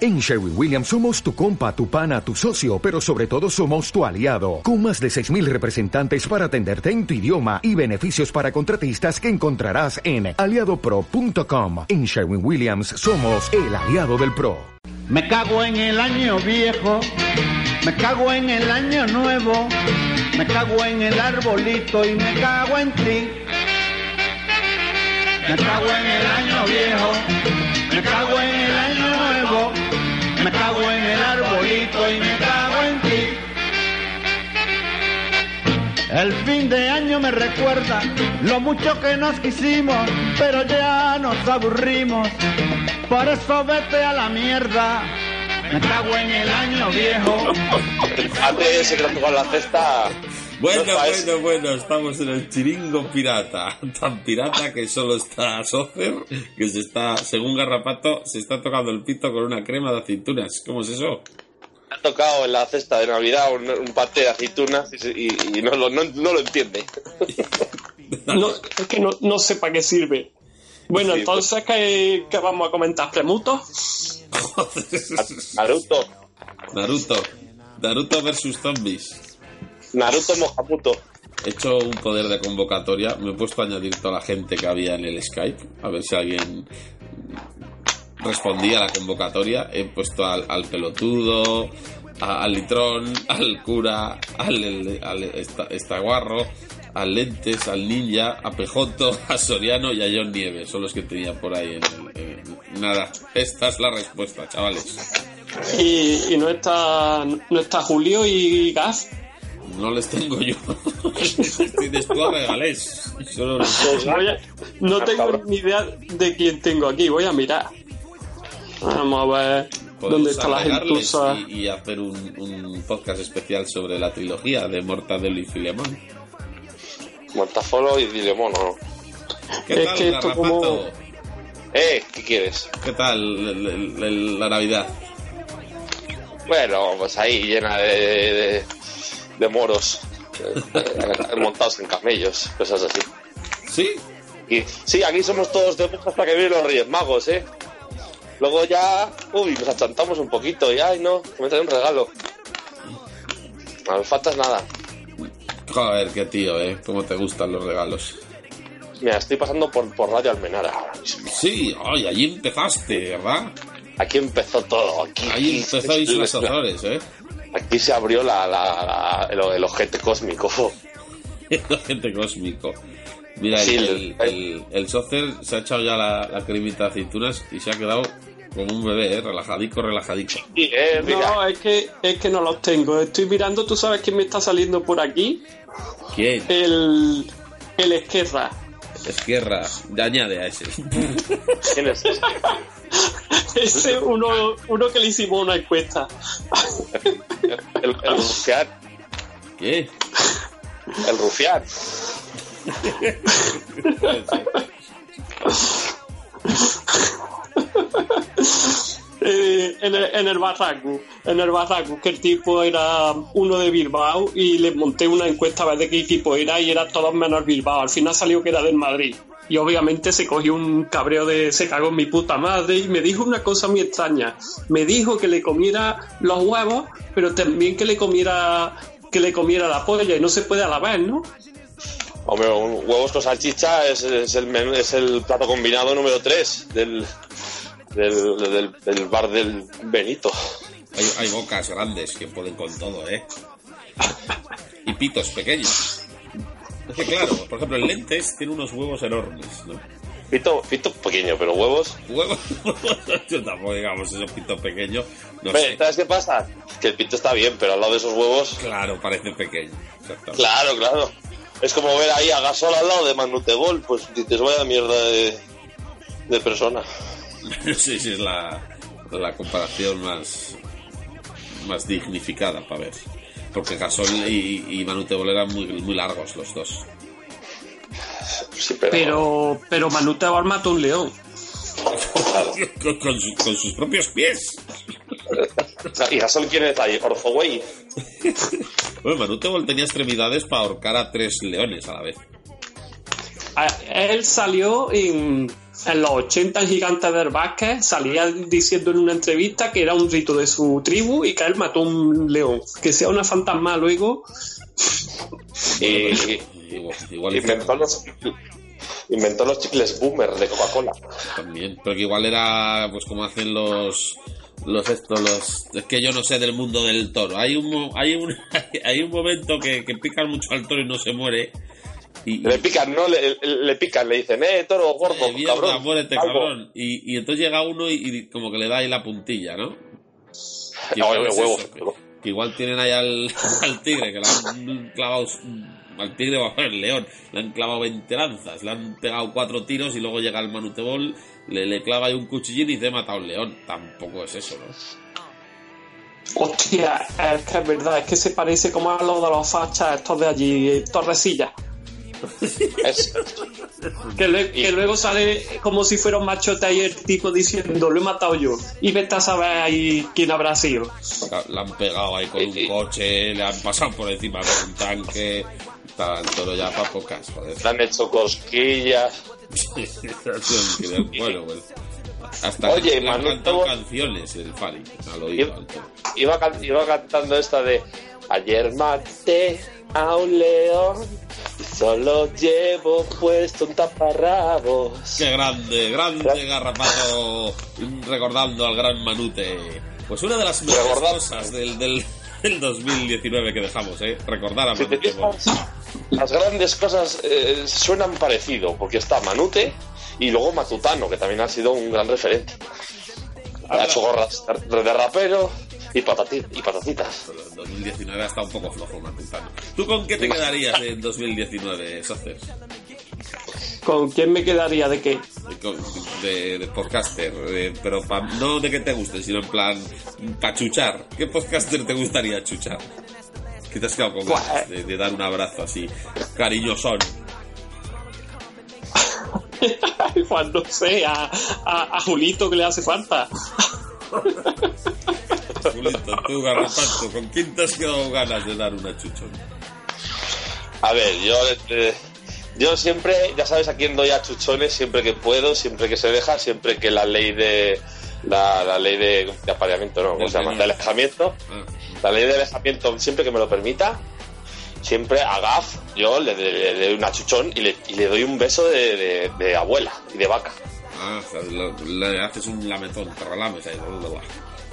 En Sherwin Williams somos tu compa, tu pana, tu socio, pero sobre todo somos tu aliado, con más de 6.000 representantes para atenderte en tu idioma y beneficios para contratistas que encontrarás en aliadopro.com. En Sherwin Williams somos el aliado del PRO. Me cago en el año viejo, me cago en el año nuevo, me cago en el arbolito y me cago en ti. Me cago en el año viejo, me cago en el año nuevo, me cago en el arbolito y me cago en ti. El fin de año me recuerda lo mucho que nos quisimos, pero ya nos aburrimos. Por eso vete a la mierda. Me cago en el año viejo. Hace ese que con la cesta. Bueno, No está, es- bueno, bueno, estamos en el chiringo pirata. Tan pirata que solo está Socer, que se está, según Garrapato, se está tocando el pito con una crema de aceitunas. ¿Cómo es eso? Ha tocado en la cesta de Navidad un, un pastel de aceitunas y, se- y- y no, lo, no, no lo entiende. No, es que no, no sé para qué sirve. Bueno, Sí, pues. entonces, ¿qué, qué vamos a comentar? ¿Premutos? Naruto, Naruto. Naruto versus zombies. Naruto mojaputo. He hecho un poder de convocatoria. Me he puesto a añadir toda la gente que había en el Skype. A ver si alguien respondía a la convocatoria. He puesto al, al pelotudo, a- al litrón, al cura, al, al- al esta- estaguarro, al lentes, al ninja, a Pejoto, a Soriano y a John Nieves. Son los que tenía por ahí. en- en- nada, esta es la respuesta, chavales. Y, y no está no está Julio y Gaz. No les tengo yo. Estoy después regalés. Solo les tengo Voy a- no tengo Pues Cabrón. ni idea de quién tengo aquí. Voy a mirar. Vamos a ver Pues dónde Podemos está la agregarles gentuza. y, y hacer un, un podcast especial sobre la trilogía de Mortadelo y Filemón. Montafolo y Dilemón, ¿no? ¿Qué Es tal, que esto Garrapato? como- Eh, ¿qué quieres? ¿Qué tal el- el- el- la Navidad? Bueno, pues ahí llena de, de- de moros eh, eh, montados en camellos, cosas así. ¿Sí? Y, sí, aquí somos todos de boca hasta que vienen los Reyes Magos, ¿eh? Luego ya, uy, nos achantamos un poquito y, ay, no, que me trae un regalo. No me faltas nada. Joder, qué tío, ¿eh? ¿Cómo te gustan los regalos? Mira, estoy pasando por, por Radio Almenara ahora mismo. Sí, ay, allí empezaste, ¿verdad? Aquí empezó todo. Aquí, Ahí empezáis los azores, ¿eh? Aquí se abrió la, la- la- el, el ojete cósmico. El gente cósmico. Mira, Sí, el, el- el, el Socer se ha echado ya la, la cremita de aceitunas y se ha quedado como un bebé, ¿eh? Relajadico, relajadico. Y, eh, mira, No, es que, es que no los tengo. Estoy mirando, tú sabes quién me está saliendo por aquí. ¿Quién? El, el Esquerra. Esquerra, añade a ese. ¿quién es este? Ese es uno, uno que le hicimos una encuesta. El, el rufián. ¿Qué? El rufián. Eh, en, el, en el barraco, en el barraco, que el tipo era uno de Bilbao y le monté una encuesta a ver de qué equipo era y era todos menos Bilbao. Al final salió que era del Madrid. Y obviamente se cogió un cabreo de se cagó en mi puta madre y me dijo una cosa muy extraña. Me dijo que le comiera los huevos, pero también que le comiera que le comiera la polla y no se puede a la vez, ¿no? Hombre, un huevos con salchicha es, es el, menú- es el plato combinado número 3 del, del, del- del bar del Benito. Hay, hay bocas grandes que pueden con todo, ¿eh? Y pitos pequeños. Es que claro, por ejemplo, el lentes tiene unos huevos enormes, ¿no? Pito, pito pequeño, pero huevos. Huevos, yo tampoco digamos esos pitos pequeños, no Hombre, sé. ¿Sabes qué pasa? Que el pito está bien, pero al lado de esos huevos. Claro, parece pequeño. exactamente. Claro, claro. Es como ver ahí a Gasol al lado de Manutegol, pues dices, vaya mierda de, de persona. No sé si es la, la comparación más, más dignificada para ver. Porque Gasol y, y Manute eran muy, muy largos los dos. Sí, pero, Pero, pero Manute Bar mató un león. Con- con su- con sus propios pies. ¿Y Gasol quién es ahí? Orzoway. Bueno, Manute Bol tenía extremidades para ahorcar a tres leones a la vez. A- Él salió en, en los 80 en Gigantes del Vázquez salía diciendo en una entrevista que era un rito de su tribu y que él mató un león. Que sea una fantasma luego. Y, Igual, igual inventó, los, inventó los chicles boomer de Coca-Cola. También, pero que igual era pues como hacen los los estos los es que yo no sé del mundo del toro. Hay un mo- hay un hay un momento que, que pican mucho al toro y no se muere. Y, Le pican, ¿no? Le, le- le pican, le dicen, eh, toro gordo, eh, mierda, cabrón. muérete, algo". cabrón. Y, y entonces llega uno y, y como que le da ahí la puntilla, ¿no? Ay, Que igual qué es huevos. eso, que, que igual tienen ahí al, al tigre, que le han clavado al tigre o al león, le han clavado 20 lanzas, le han pegado cuatro tiros y luego llega el manutebol, le, le clava ahí un cuchillín y se mata a un león. Tampoco es eso, ¿no? Hostia, es que es verdad, es que se parece como a los de los fachas estos de allí, eh, Torrecilla. Es- Que, le- que luego sale como si fuera un machote ahí el tipo diciendo, lo he matado yo. Y vete a saber ahí quién habrá sido. La, la han pegado ahí con Eh, un eh. coche, le han pasado por encima con un tanque. Está el toro ya para pocas, joder. le han hecho cosquillas. bueno, pues. Hasta Oye, le han Manuel, cantado ¿cómo- canciones el Fari, al oído, Yo- al toro. Iba, can- iba cantando esta de Ayer maté a un león y solo llevo puesto un taparrabos. ¡Qué grande, grande garrapato! Recordando al gran Manute. Pues una de las mejores Recordad- cosas del, del, del 2019 que dejamos, ¿eh? Recordar a Si te Manute. pues. fijas, las grandes cosas eh, suenan parecido, porque está Manute y luego Matutano, que también ha sido un gran referente. Ha hecho gorras de de rapero y, patati- y patatitas. Pero en 2019 ha estado un poco flojo, Matutano. ¿Tú con qué te quedarías en 2019, Sacer? ¿Con quién me quedaría de qué? de, de podcaster, eh, pero pa- no de que te guste, sino en plan para chuchar. ¿Qué podcaster te gustaría chuchar? Que te has quedado con ganas de, de dar un abrazo así, cariñosón. Cuando sea a, a Julito que le hace falta. Julito, tú, garrapato, ¿con quién te has quedado con ganas de dar una chuchón? A ver, yo, eh, yo siempre, ya sabes a quién doy a chuchones siempre que puedo, siempre que se deja, siempre que la ley de. La, la ley de, de apareamiento, ¿no? ¿Cómo se llama? De alejamiento. Ah, La ley de alejamiento, siempre que me lo permita, siempre a Gaf yo le, le- le doy un achuchón y le, y le doy un beso de, de- de abuela y de vaca. ah, o sea, lo- le haces un lametón, te relames ahí. bla, bla, bla.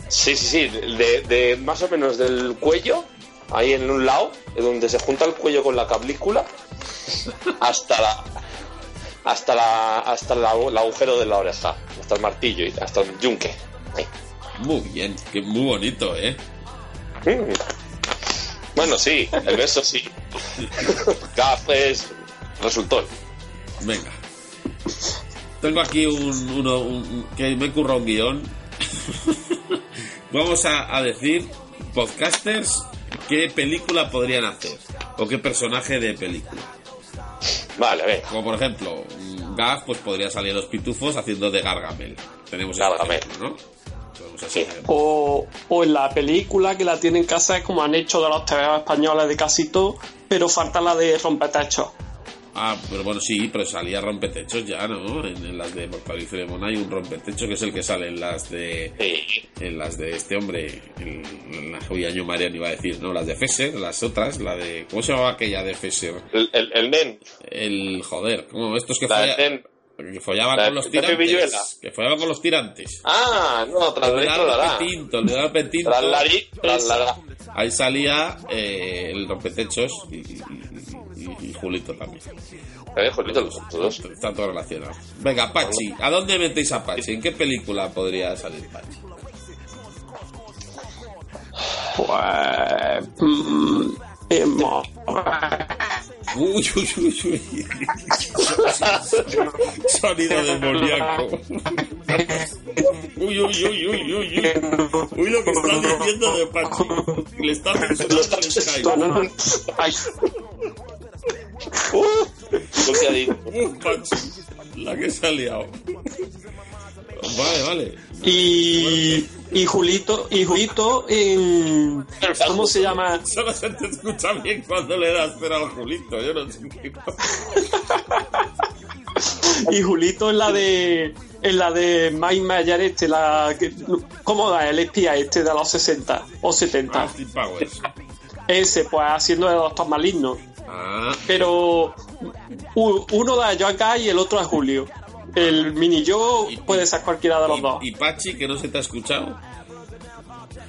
Sí, sí, sí, de, de más o menos del cuello, ahí en un lado, donde se junta el cuello con la cablícula, hasta la hasta la hasta la- el agujero de la oreja, hasta el martillo y hasta el yunque. Ahí. Muy bien, que muy bonito, ¿eh? Mm. Bueno, sí, el beso sí. Gaf es resultón. Venga. Tengo aquí un, uno un- un- que me curra un guión. Vamos a, a decir, podcasters, qué película podrían hacer o qué personaje de película. Vale, venga. Como por ejemplo, mm, Gaff pues podría salir a los pitufos haciendo de Gargamel. Tenemos ese Gargamel. ejemplo, ¿no? Tenemos ese Sí. ejemplo. O, o en la película que la tienen que hacer como han hecho de los TV españoles de casi todo, pero falta la de rompetechos. Ah, pero bueno, sí, pero salía rompetechos ya, ¿no? En, en las de Mortal y Filemón hay un rompetecho que es el que sale en las de Sí. en las de este hombre, el- en la hoy año Marian iba a decir, no, las de Fesser, las otras, la de. ¿Cómo se llamaba aquella de Fesser? El, el, el nen, El joder, como estos que, la folla- del nen. que follaban la de con los Pepe Villuela. tirantes. Que follaban con los tirantes. Ah, no, tras El de la Alba la Petinto, el de Alba Petinto. Tras Lari, tras Esa. la Ahí salía eh, el rompetechos y, y- y- y Julito también. Eh, Julito, los dos. Está todo relacionado. Venga, Pachi, ¿a dónde metéis a Pachi? ¿En qué película podría salir Pachi? Pues. mm, hemos- Uy, uy, uy, uy. Sonido demoníaco. Uy, uy, uy, uy, uy, uy. Uy, lo que está diciendo de Pachi. Le está censurando el Skype. Ay, Lo que ha dicho. Uh, Pachi. La que se ha liado. Vale, vale. y, y Julito, y Julito en- ¿Cómo se llama? Solo se te escucha bien cuando le das cera al Julito. Yo no sé qué pasa. Y Julito es la de. Es la de Mike Mayer, este, la. que- ¿Cómo da el espía este de los 60 o 70? Ah, Steve Powers. Ese, pues haciendo de Doctor Maligno. Ah, Pero u- uno da yo acá y el otro a Julio. El mini yo Y- puede ser cualquiera de los dos. y, y Pachi, que no se te ha escuchado.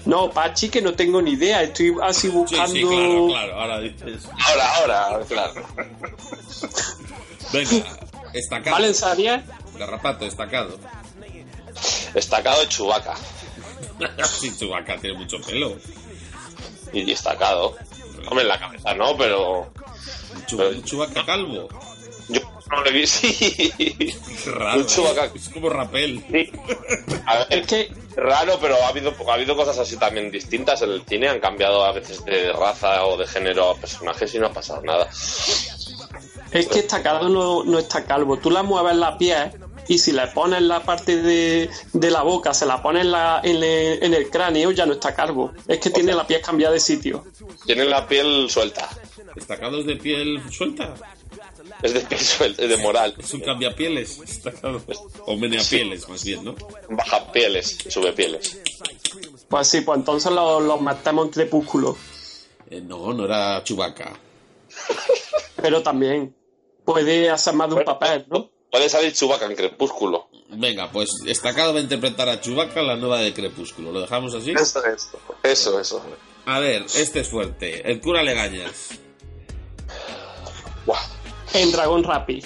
No, Pachi, que no tengo ni idea. Estoy así Sí, buscando. sí, claro, claro. Ahora dices. Ahora, ahora, claro. Venga, estacado. Valen Saria, Garrapato, estacado. Estacado Chubaca. sí, Chubaca tiene mucho pelo. Y destacado. Hombre, en la cabeza no, pero. Chu- Chubaca calvo. Yo no lo he visto. Sí. Qué Raro. Un Chewbacca. ¿eh? Es como rapel. A ver, es que raro, pero ha habido, ha habido cosas así también distintas en el cine. Han cambiado a veces de raza o de género a personajes y no ha pasado nada. es que está calvo no, no está calvo. Tú la mueves la piel y si la pones en la parte de, de la boca, se la pones en, la- en el, en el cráneo, ya no está calvo. Es que tiene la piel cambiada de sitio. Tienen la piel suelta. Estacados de piel suelta. Es de piel suelta, es de moral. Es un cambiapieles. Estacado. O meneapieles, más bien, ¿no? Baja pieles, sube pieles. Pues sí, pues entonces los, los matamos en crepúsculo. Eh, no, no era Chubaca. Pero también puede hacer más de un papel, ¿no? Puede salir Chubaca en crepúsculo. Venga, pues Estacado va a interpretar a Chubaca la nueva de Crepúsculo. ¿Lo dejamos así? Eso, eso. Eso, eso. A ver, este es fuerte. El cura Legañas. Buah. En Dragon Rapid.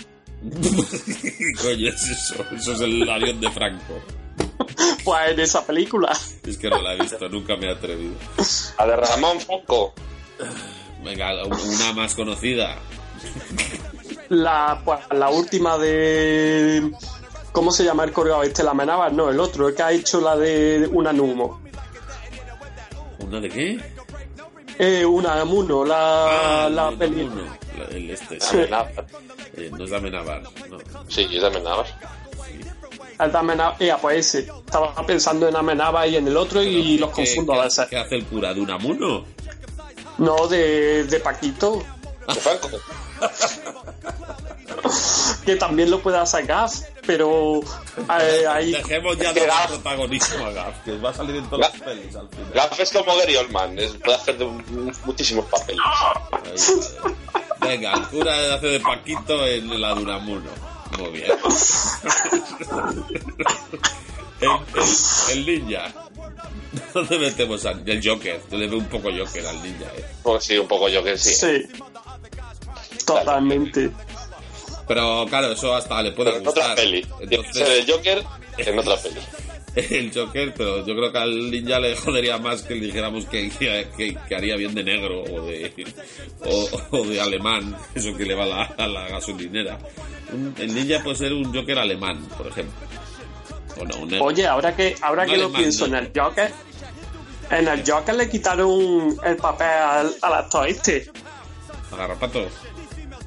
¿Qué coño es eso? Eso es el avión de Franco. Pues en esa película. Es que no la he visto, nunca me he atrevido. A de Ramón Franco. Venga, una más conocida. La, pues, la última de. ¿Cómo se llama el coreógrafo este? La Menaba, no, el otro, el que ha hecho la de una Numo. ¿Una de qué? Eh, una Amuno, la, Ah, la el peli. uno. La- el este. Sí. Amenabar. Eh, no es de Amenábar. No. Sí, es Amenabar. El de Amenábar, eh, pues ese. Estaba pensando en Amenaba y en el otro y los ¿Qué- confundo qué- a veces. ¿Qué hace el cura de Unamuno? No, de, de Paquito, De Franco. que también lo puede hacer Gaf, pero eh, ahí. Dejemos ya de que dar Gaff- protagonismo a Gaff, que va a salir en todas las pelis al final. Gaff es como Gary Oldman. Es, puede hacer de un- muchísimos papeles. Ahí está. eh. Venga, el cura hace de Paquito en la Duramuno. Muy bien. el, el- el ninja. ¿Dónde metemos al el Joker? Yo le veo un poco Joker al ninja. eh. Pues sí, un poco yo que sí. Sí. Totalmente. Pero claro, eso hasta le puede Pero en otra gustar. peli. Tiene que ser Entonces, el Joker en otra peli. el Joker, pero yo creo que al ninja le jodería más que le dijéramos que, que- que- que haría bien de negro o de, o, o de alemán, eso que le va a la, a la gasolinera. Un- el ninja puede ser un Joker alemán, por ejemplo. O no, un negro. Oye, ahora que, ahora No que le lo mando. pienso en el Joker, en el Joker le quitaron el papel al, al actor este. A Garrapato.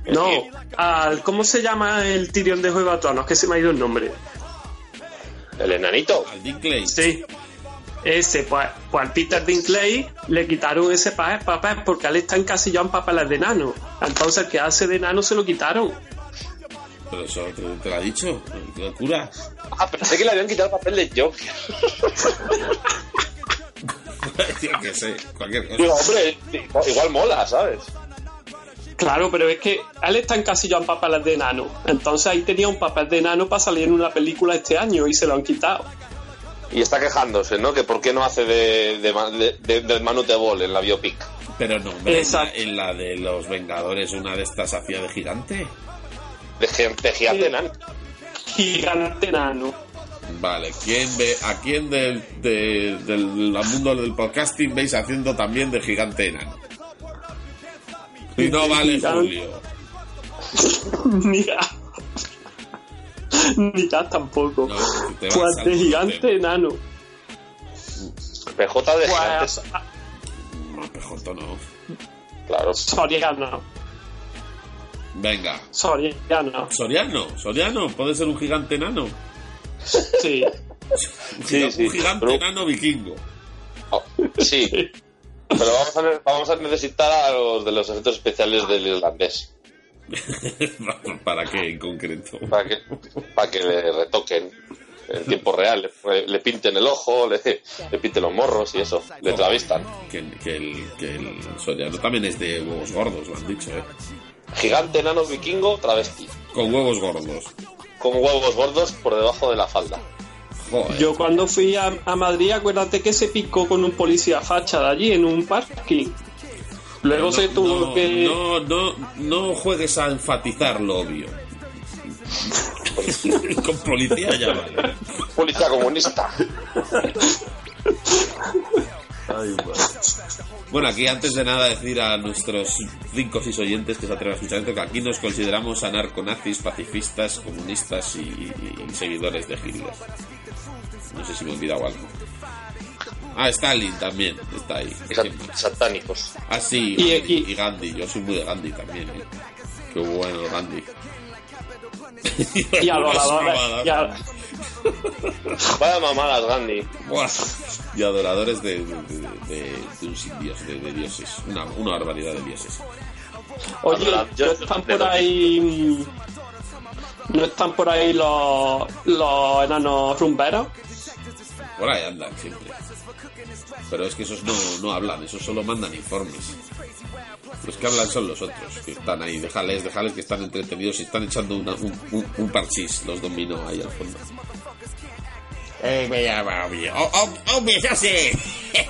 No, Sí. al, ¿cómo se llama el tirión de Juego de Tronos? Que se me ha ido el nombre. El enanito. Al Dinkley. Sí. Ese, pues, pues al Peter Dinkley le quitaron ese pa- papel porque él está encasillado en papeles de nano. Entonces el que hace de nano se lo quitaron. Pero eso te, te lo ha dicho. Qué locura. Ah, pensé que le habían quitado el papel de Joker. Yo qué sé. Cualquier cosa. Digo, hombre, igual mola, ¿sabes? Claro, pero es que él está encasillado en papeles de nano. Entonces ahí tenía un papel de nano para salir en una película este año y se lo han quitado. Y está quejándose, ¿no? Que por qué no hace de, de, de, de- del Manute Ball en la biopic. Pero no, hombre, en la, Exacto. en la de los Vengadores, una de estas hacía de gigante. De gente de gigante Sí. enano. gigante nano. Vale, ¿quién ve, ¿a quién del, de- del mundo del podcasting veis haciendo también de gigante enano? Y no vale Gigante. Julio. Ni gas. Ni gas tampoco. No, te vas Pues al de otro gigante tema. enano. PJ de Pues gigantes. a- No, Pejoto no. Claro. Soriano. Venga. Soriano. Soriano, Soriano, puede ser un gigante enano. Sí. Sí, sí. Un gigante Pero- enano vikingo. Oh, sí. Pero vamos a, ne- vamos a necesitar a los de los efectos especiales del irlandés. ¿Para qué en concreto? para que, para que le retoquen en tiempo real, le, le pinten el ojo, le, le pinten los morros y eso, le travestan. Que, que el, que el Soriano también es de huevos gordos, lo han dicho, ¿eh? Gigante, enano, vikingo, travesti, Con huevos gordos. con huevos gordos por debajo de la falda. Joder. Yo cuando pues, fui a, a Madrid, acuérdate que se picó con un policía facha de allí en un parking. Luego No, se tuvo no, que... No, no, no juegues a enfatizar lo obvio. Con policía ya vale. Policía comunista. Bueno, aquí antes de nada decir a nuestros cinco o seis oyentes que se atrevan a escuchar esto, que aquí nos consideramos anarconazis, pacifistas, comunistas y, y- y seguidores de Hitler. No sé si me he olvidado algo. Ah, Stalin también está ahí. Sat- Satánicos. Ah, sí, Y- Gandhi, y- y Gandhi. Yo soy muy de Gandhi también. ¿eh? Qué bueno Gandhi. Y a los Una adoradores- sobada. y a- Vaya mamadas, Gandhi. Buah. Y adoradores de, de, de, de- de un sin dios, de, de dioses. Una, una barbaridad de dioses. Oye, Adorad- yo- ¿no están de por los- ahí... mm, ¿No están por ahí los, los enanos rumberos? Por ahí andan siempre. Pero es que esos no, no hablan, esos solo mandan informes. Los que hablan son los otros, que están ahí. Déjales, déjales que están entretenidos y están echando una- un, un, un parchís. Los dominó ahí al fondo. Eh, me llama, hombre. Oh, oh, hombre, ya sé.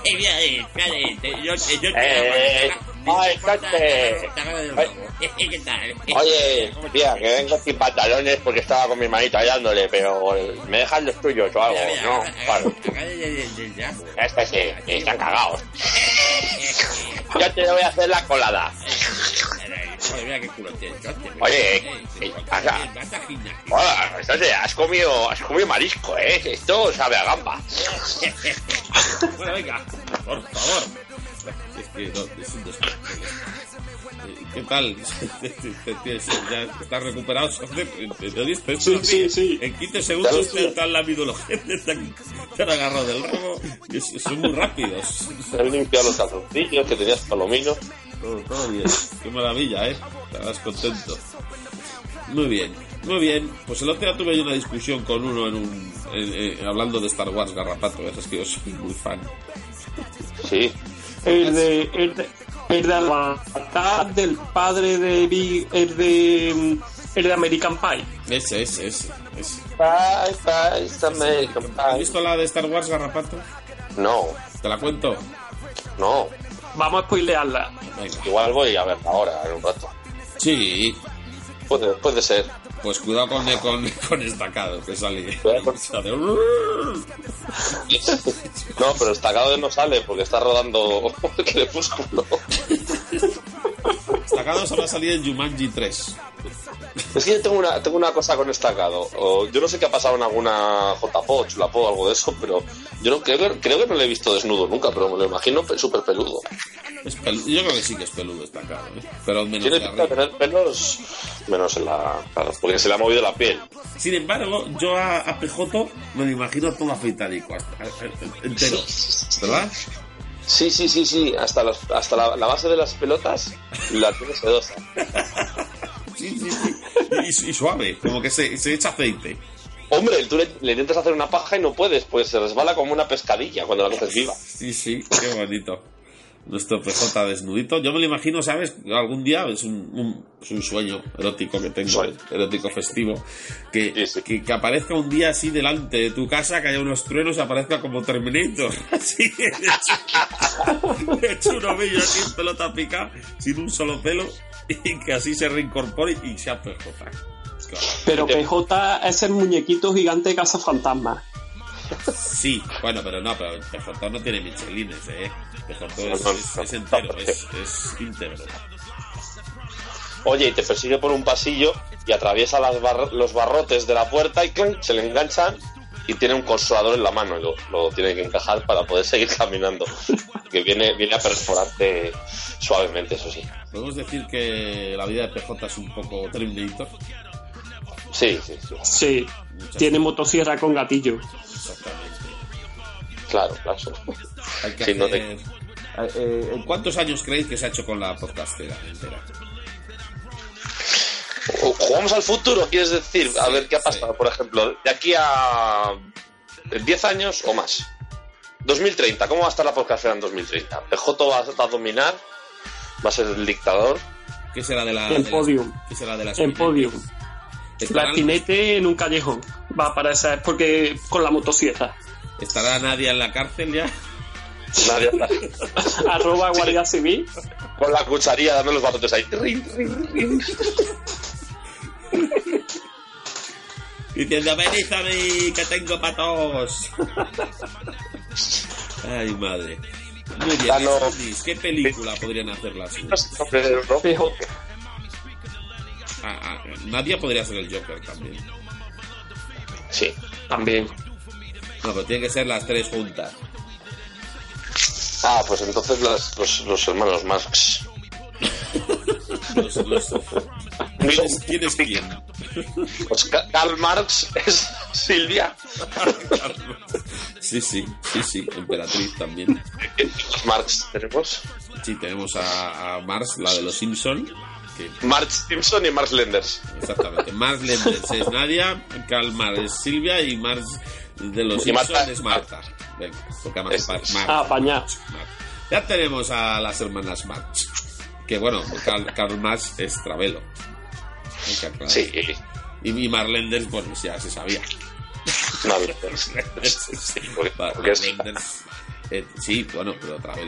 Mira, eh, vale, te- yo- yo te Eh, llamo. ay, Conte. Te hago el Ay. robo. ¿Qué tal? Oye, tía, que vengo sin pantalones porque estaba con mi manito hallándole, pero me dejan los tuyos o algo, ¿no? Claro. Este sí, están Eh, cagados. Yo te voy a hacer la colada. eh. Oye, eh, eh, pasa. Hola, entonces, has comido, has comido marisco, ¿eh? Esto sabe a gamba. Bueno, venga, por favor. Es que no, es un desastre. Eh, ¿Qué tal? Tienes- ya estás recuperado. Jorge, Te doy este Sí, sí, sí. En 15 segundos Sí. te te han lamido los genes, te han, te han agarrado del rabo. Y es- Son muy rápidos. He limpiado los calzoncillos que tenías palomino. Todo, todo bien. Qué maravilla, ¿eh? Estarás contento. Muy bien, muy bien. Pues el otro día tuve yo una discusión con uno en un, en- en- hablando de Star Wars Garrapato. Es que yo soy muy fan. Sí. El de, el de, el de Avatar, del padre de Big, el de, mm, el de American Pie. Ese, ese, ese. ese. Bye, bye, it's American ¿Has pie. visto la de Star Wars Garrapato? No, Te la cuento. no. Vamos a spoilearla. Venga. Igual voy a verla ahora, en un rato. Sí, Puede, puede ser. pues cuidado con, con, con estacado que sale. Cuidado. Sale. No, pero estacado no sale porque está rodando el crepúsculo. Estacado solo ha salido en Jumanji 3. Es que yo tengo una, tengo una cosa con estacado. O, yo no sé qué ha pasado en alguna JPO, Chulapo, algo de eso, pero yo no, creo, que- creo que no lo he visto desnudo nunca, pero me lo imagino pe- súper peludo. Es pelu- Yo creo que sí que es peludo estacado, ¿eh? pero menos Tiene de pinta de arriba. tener pelos menos en la. claro, porque se le ha movido la piel. Sin embargo, yo a, a Pejoto me lo imagino todo afeitadico, hasta- entero. ¿Verdad? Sí, sí, sí, sí, hasta, las- hasta la, la base de las pelotas la tiene sedosa. Sí, sí, sí. Y, su- y suave, como que se, se echa aceite. Hombre, tú le, le intentas hacer una paja y no puedes, pues se resbala como una pescadilla cuando la coges viva. Sí, sí, qué bonito. Nuestro PJ desnudito. Yo me lo imagino, ¿sabes? Algún día es un, un- es un sueño erótico que tengo, Sueño. erótico festivo. Que, Sí, sí. Que, que aparezca un día así delante de tu casa, que haya unos truenos y aparezca como Terminator. Así, hecho, hecho un ovillo así en pelota pica, sin un solo pelo, y que así se reincorpore y sea PJ. Pero PJ es el muñequito gigante de Casa Fantasma. Sí, bueno, pero no, pero PJ no tiene michelines, ¿eh? PJ es, No, no, es- no, es entero, no, es, es íntegro. Oye, y te persigue por un pasillo y atraviesa las bar- los barrotes de la puerta y ¡clan! se le enganchan y tiene un consolador en la mano y lo, lo tiene que encajar para poder seguir caminando. que viene, viene a perforarte suavemente, eso sí. ¿Podemos decir que la vida de PJ es un poco Terminator? Sí, sí, sí. Sí, tiene motosierra con gatillo. Exactamente. Claro, claro. Hay que Sí, no hacer- Eh, eh, ¿Cuántos años creéis que se ha hecho con la podcastera entera? jugamos al futuro, quieres decir, a Sí, ver qué ha sí. pasado, por ejemplo, de aquí a 10 años o más. 2030, ¿cómo va a estar la podcastera en 2030? PJ va a- va a dominar, va a ser el dictador. ¿Qué será de la. En de las- podium. ¿Qué será de las. En podium. ¿Estará, La tinete en un callejón. Va a aparecer porque con la motosierra. ¿Estará nadie en la cárcel ya? Nadie habla. Arroba Guardia Civil. Con la cucharilla, dame los batotes ahí. Rin, rin. Diciendo, venid a mí, que tengo patos. Ay, madre. Muy bien, eh, Ah, no. Luis, ¿qué película podrían hacer las Pues- suyas? Pero, Pejo. Ah, ah, Nadia podría ser el Joker también. Sí. También. No, pero tiene que ser las tres juntas. Ah, pues entonces las- los, los hermanos Marx. Los, los- ¿Quién es- ¿Quién es quién? Pues Ca- Karl Marx es Silvia. Sí, sí, sí, sí, emperatriz también. Los Marx tenemos. Sí, tenemos a, a Mars, la de los Simpson. que- Marx Simpson y Marx Lenders. exactamente. Mars Lenders es Nadia, Calmar es Silvia y Mars de los Y Simpson Marta. es Marta. Venga, porque además Es- es Mar- Ah, Mar- apañado. Mar- Ya tenemos a las hermanas March. Que bueno, Karl, Karl Marx es Travelo. Hay que aclarar. Sí, y- Y, y Marlenders, bueno, ya se sabía. no había Lenders. porque- Vale, porque es- Blenders. Eh, sí, bueno, pero otra vez.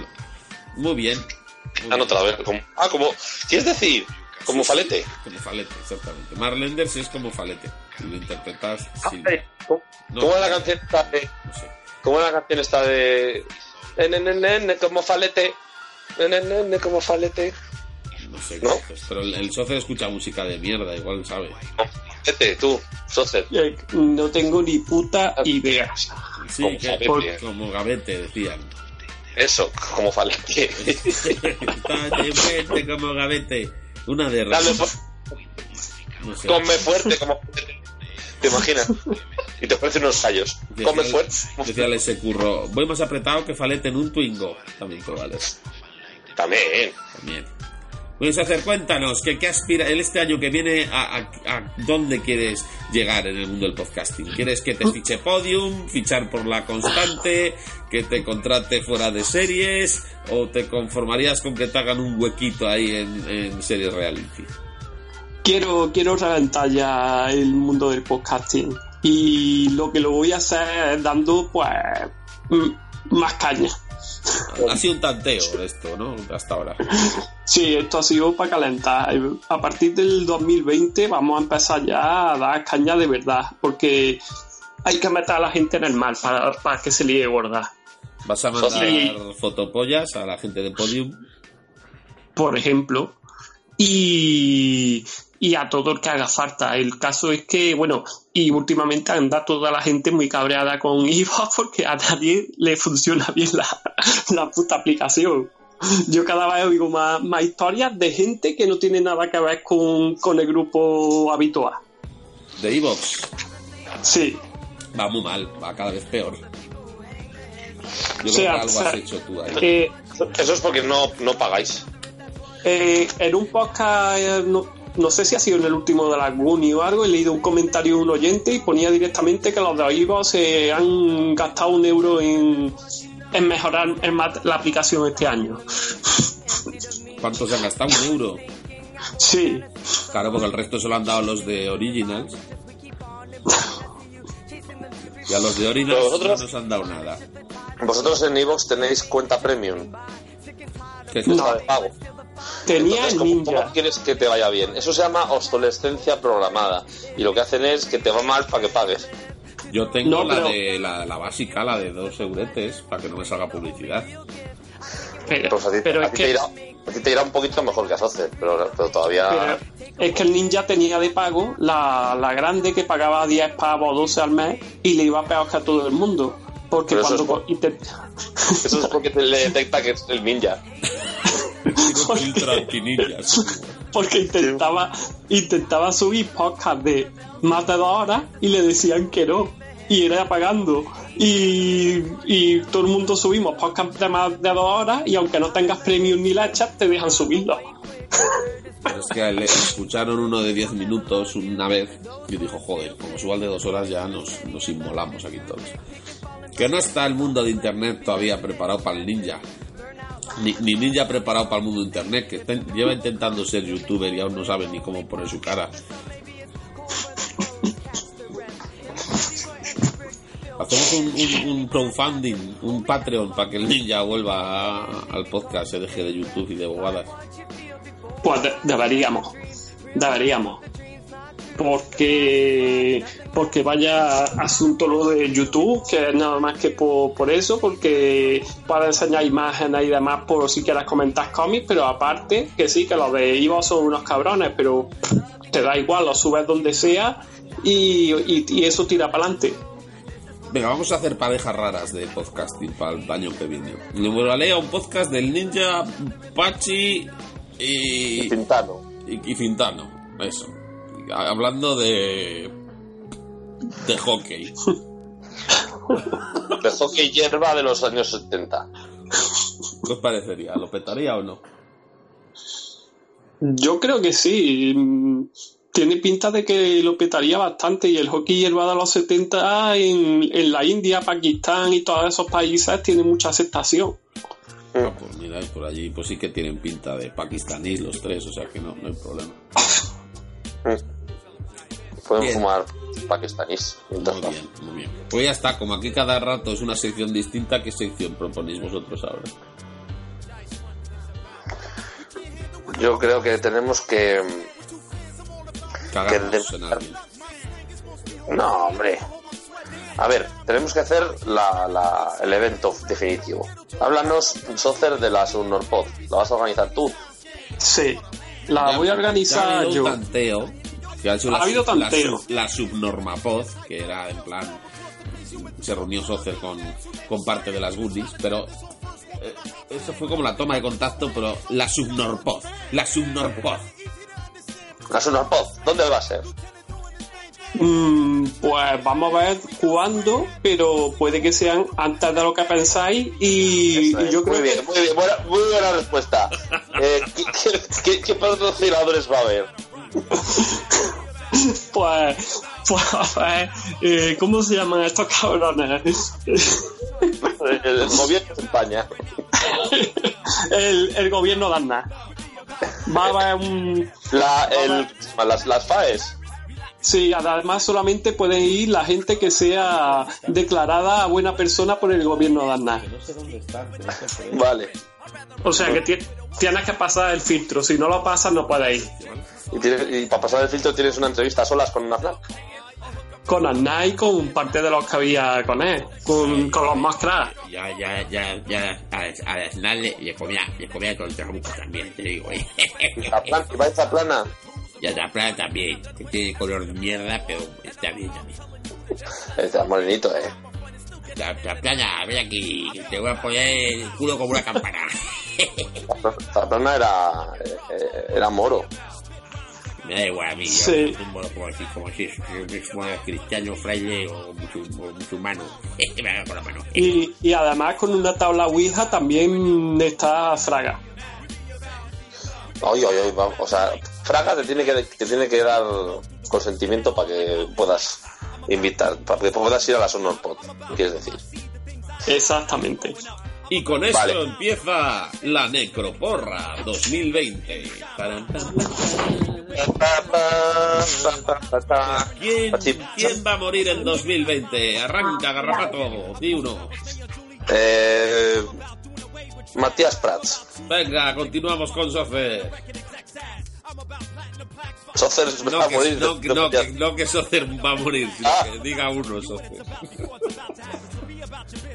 Muy bien. Muy Ah, no, bien. otra vez. Como, ah, como. ¿Quieres decir? Como falete. Como falete, exactamente. Marlenders es como falete. Si lo interpretas, sí. Eh, No, ¿Cómo era la canción esta de.? no sé. ¿Cómo era la canción esta de.? Nene, nene, nene, como falete. Nene, nene, como falete. No sé ¿No? qué es, Pero el, el socio escucha música de mierda, igual sabe. Como falete, tú, Socer. Eh, No tengo ni puta idea. Sí, Como que- gavete. ¿eh? como gavete, decían. Eso, como falete. Está de fuerte como gavete. Una de Dale, Ramones, pues, no sé. come fuerte, como falete. ¿Te imaginas? Y te ofrecen unos gallos. Decía- Come fuerte. como Decía ese curro. Voy más apretado que falete en un Twingo. También probable. falete. También. También. Luis, hacer cuéntanos, ¿qué, qué aspira el este año que viene a, a- a dónde quieres llegar en el mundo del podcasting? ¿Quieres que te fiche podium, fichar por la constante, que te contrate fuera de series o te conformarías con que te hagan un huequito ahí en, en series reality? Quiero, quiero reventar ya el mundo del podcasting. Y lo que lo voy a hacer es dando, pues, mm, más caña. Ha sido un tanteo esto, ¿no? Hasta ahora. Sí, esto ha sido para calentar. Eh, A partir del 2020 vamos a empezar ya a dar caña de verdad, porque hay que meter a la gente en el mal para, para que se líe gorda. ¿Vas a mandar Sí. fotopollas a la gente de podium? por ejemplo, y, y a todo el que haga falta. El caso es que, bueno, y últimamente anda toda la gente muy cabreada con IVA porque a nadie le funciona bien la, la puta aplicación. Yo cada vez oigo más, más historias de gente que no tiene nada que ver con, con el grupo habitual. De Evox. Sí, Va muy mal, va cada vez peor. Yo creo Sí, que o algo sea, has hecho tú ahí. eh, Eso es porque no, no pagáis. Eh, en un podcast, eh, no, no sé si ha sido en el último de la Guni o algo, he leído un comentario de un oyente y ponía directamente que los de Ivo se han gastado un euro en, en mejorar en mat- la aplicación este año. ¿Cuánto se han gastado? Un euro. Sí, Claro, porque el resto se lo han dado los de Originals. Y a los de Originals Pero vosotros- no nos han dado nada. Vosotros en Evox tenéis cuenta premium. ¿Qué es No. eso? la de pago. tenía Entonces, el ¿cómo, cómo ninja. quieres que te vaya bien? Eso se llama obsolescencia programada. Y lo que hacen es que te va mal para que pagues. Yo tengo No, la pero- de la, la básica, la de dos euretes, para que no me salga publicidad. Pero, Pues a ti, pero a es ti te que, irá, a ti te irá un poquito mejor que a Socer, pero, pero todavía... pero es que el ninja tenía de pago la, la grande que pagaba 10 pavos o 12 al mes y le iba peor que a todo el mundo. Porque Pero eso cuando es co- intent- Eso es porque te le detecta que es el ninja. Tengo un filtro antinillas. porque intentaba intentaba subir podcast de más de dos horas y le decían que no y era pagando y, y todo el mundo subimos podcast de más de dos horas y aunque no tengas premium ni la chat te dejan subirlo Pero es que le escucharon uno de 10 minutos una vez y dijo, joder, como suba al de dos horas ya nos, nos inmolamos aquí todos. Que no está el mundo de Internet todavía preparado para el ninja. Ni, ni ninja preparado para el mundo de Internet, que está- lleva intentando ser youtuber y aún no sabe ni cómo poner su cara. Hacemos un, un, un crowdfunding, un Patreon para que el ninja vuelva a- al podcast, se deje de YouTube y de bobadas. Pues de- deberíamos, deberíamos. Porque, porque vaya asunto lo de YouTube, que es nada más que por, por eso, porque para enseñar imágenes y demás, por si quieras comentar cómics, pero aparte, que sí, que los de Ivo son unos cabrones, pero te da igual, los subes donde sea y, y- y eso tira para adelante. Venga, vamos a hacer parejas raras de podcasting para el año que viene. Numeralea un podcast del ninja, Pachi y, Y Tintano. y, y Fintano. Eso. Hablando de. de hockey. De hockey hierba de los años 70. ¿Qué os parecería? ¿Lo petaría o no? Yo creo que sí. mm, Tiene pinta de que lo petaría bastante y el hockey hierba de los 70 en, en la India, Pakistán y todos esos países tiene mucha aceptación. Ah, pues mira, es por allí, pues sí que tienen pinta de pakistaníes los tres, o sea que no, no hay problema. Pueden Bien. fumar pakistaníes. Muy bien, muy bien. Pues ya está, como aquí cada rato es una sección distinta, ¿qué sección proponéis vosotros ahora? Yo creo que tenemos que. Cagarnos en alguien. No, hombre. A ver, tenemos que hacer la- la- el evento definitivo. Háblanos, Socer, de la Subnorpod. ¿La vas a organizar tú? Sí, la Ya- Ah, voy a ya ha organizar habido yo. un tanteo. que ha hecho Ha habido sub- tanteo. La, sub- la subnorma pod, que era en plan. Se reunió Socer con, con parte de las goodies, pero. eh, eso fue como la toma de contacto, pero la subnorpod. La subnorpod. La Subnorpod, ¿dónde va a ser? Mm, pues vamos a ver cuándo, pero puede que sean antes de lo que pensáis y, Eso y es. yo Eh, muy creo bien, que muy bien, buena, muy buena respuesta. Eh, ¿qué, qué, qué- qué patrocinadores va a haber? pues, pues eh, eh, ¿cómo se llaman estos cabrones? El gobierno de España. el, el gobierno de Aznar. Va a haber un... La, el- las, las FAES. Sí, además solamente puede ir la gente que sea declarada buena persona por el gobierno de Aznar. Vale. O sea que ti- tienes que pasar el filtro. Si no lo pasas, no puedes ir. Y, tienes- y para pasar el filtro tienes una entrevista a solas con una flan. Con Aznar y con parte de los que había con él. Con, con los más cracks. Ya, ya, ya, ya, a, a las le, le comía, le comía con trabuco también, te digo, eh. La plan, y vais a plana. Y a la plana también, que tiene color de mierda, pero está bien también. Está morenito, eh. La, la plana, ven aquí, que te voy a poner el culo como una campana. La plana era, eh, era moro. Me da igual a mí, yo Sí. no me lo puedo decir como si es, es como cristiano, fraile o, musul- o musulmano. Eh, Me haga con la mano. Y, y además con una tabla Ouija también está Fraga. Oye, oye, oye, va- o sea, Fraga te tiene que, te tiene que dar consentimiento para que puedas invitar, para que puedas ir a la Sonorpod, quieres decir. Exactamente. Y con eso Vale. empieza la Necroporra 2020. Taran, tan, tan. ¿Quién, quién va a morir en 2020? Arranca, garrapato, di uno. Eh, Matías Prats. Venga, continuamos con Socer. Socer No, va a que, morir. no, de- que- no, de- que- no que Socer va a morir, sino Ah. que diga uno Socer.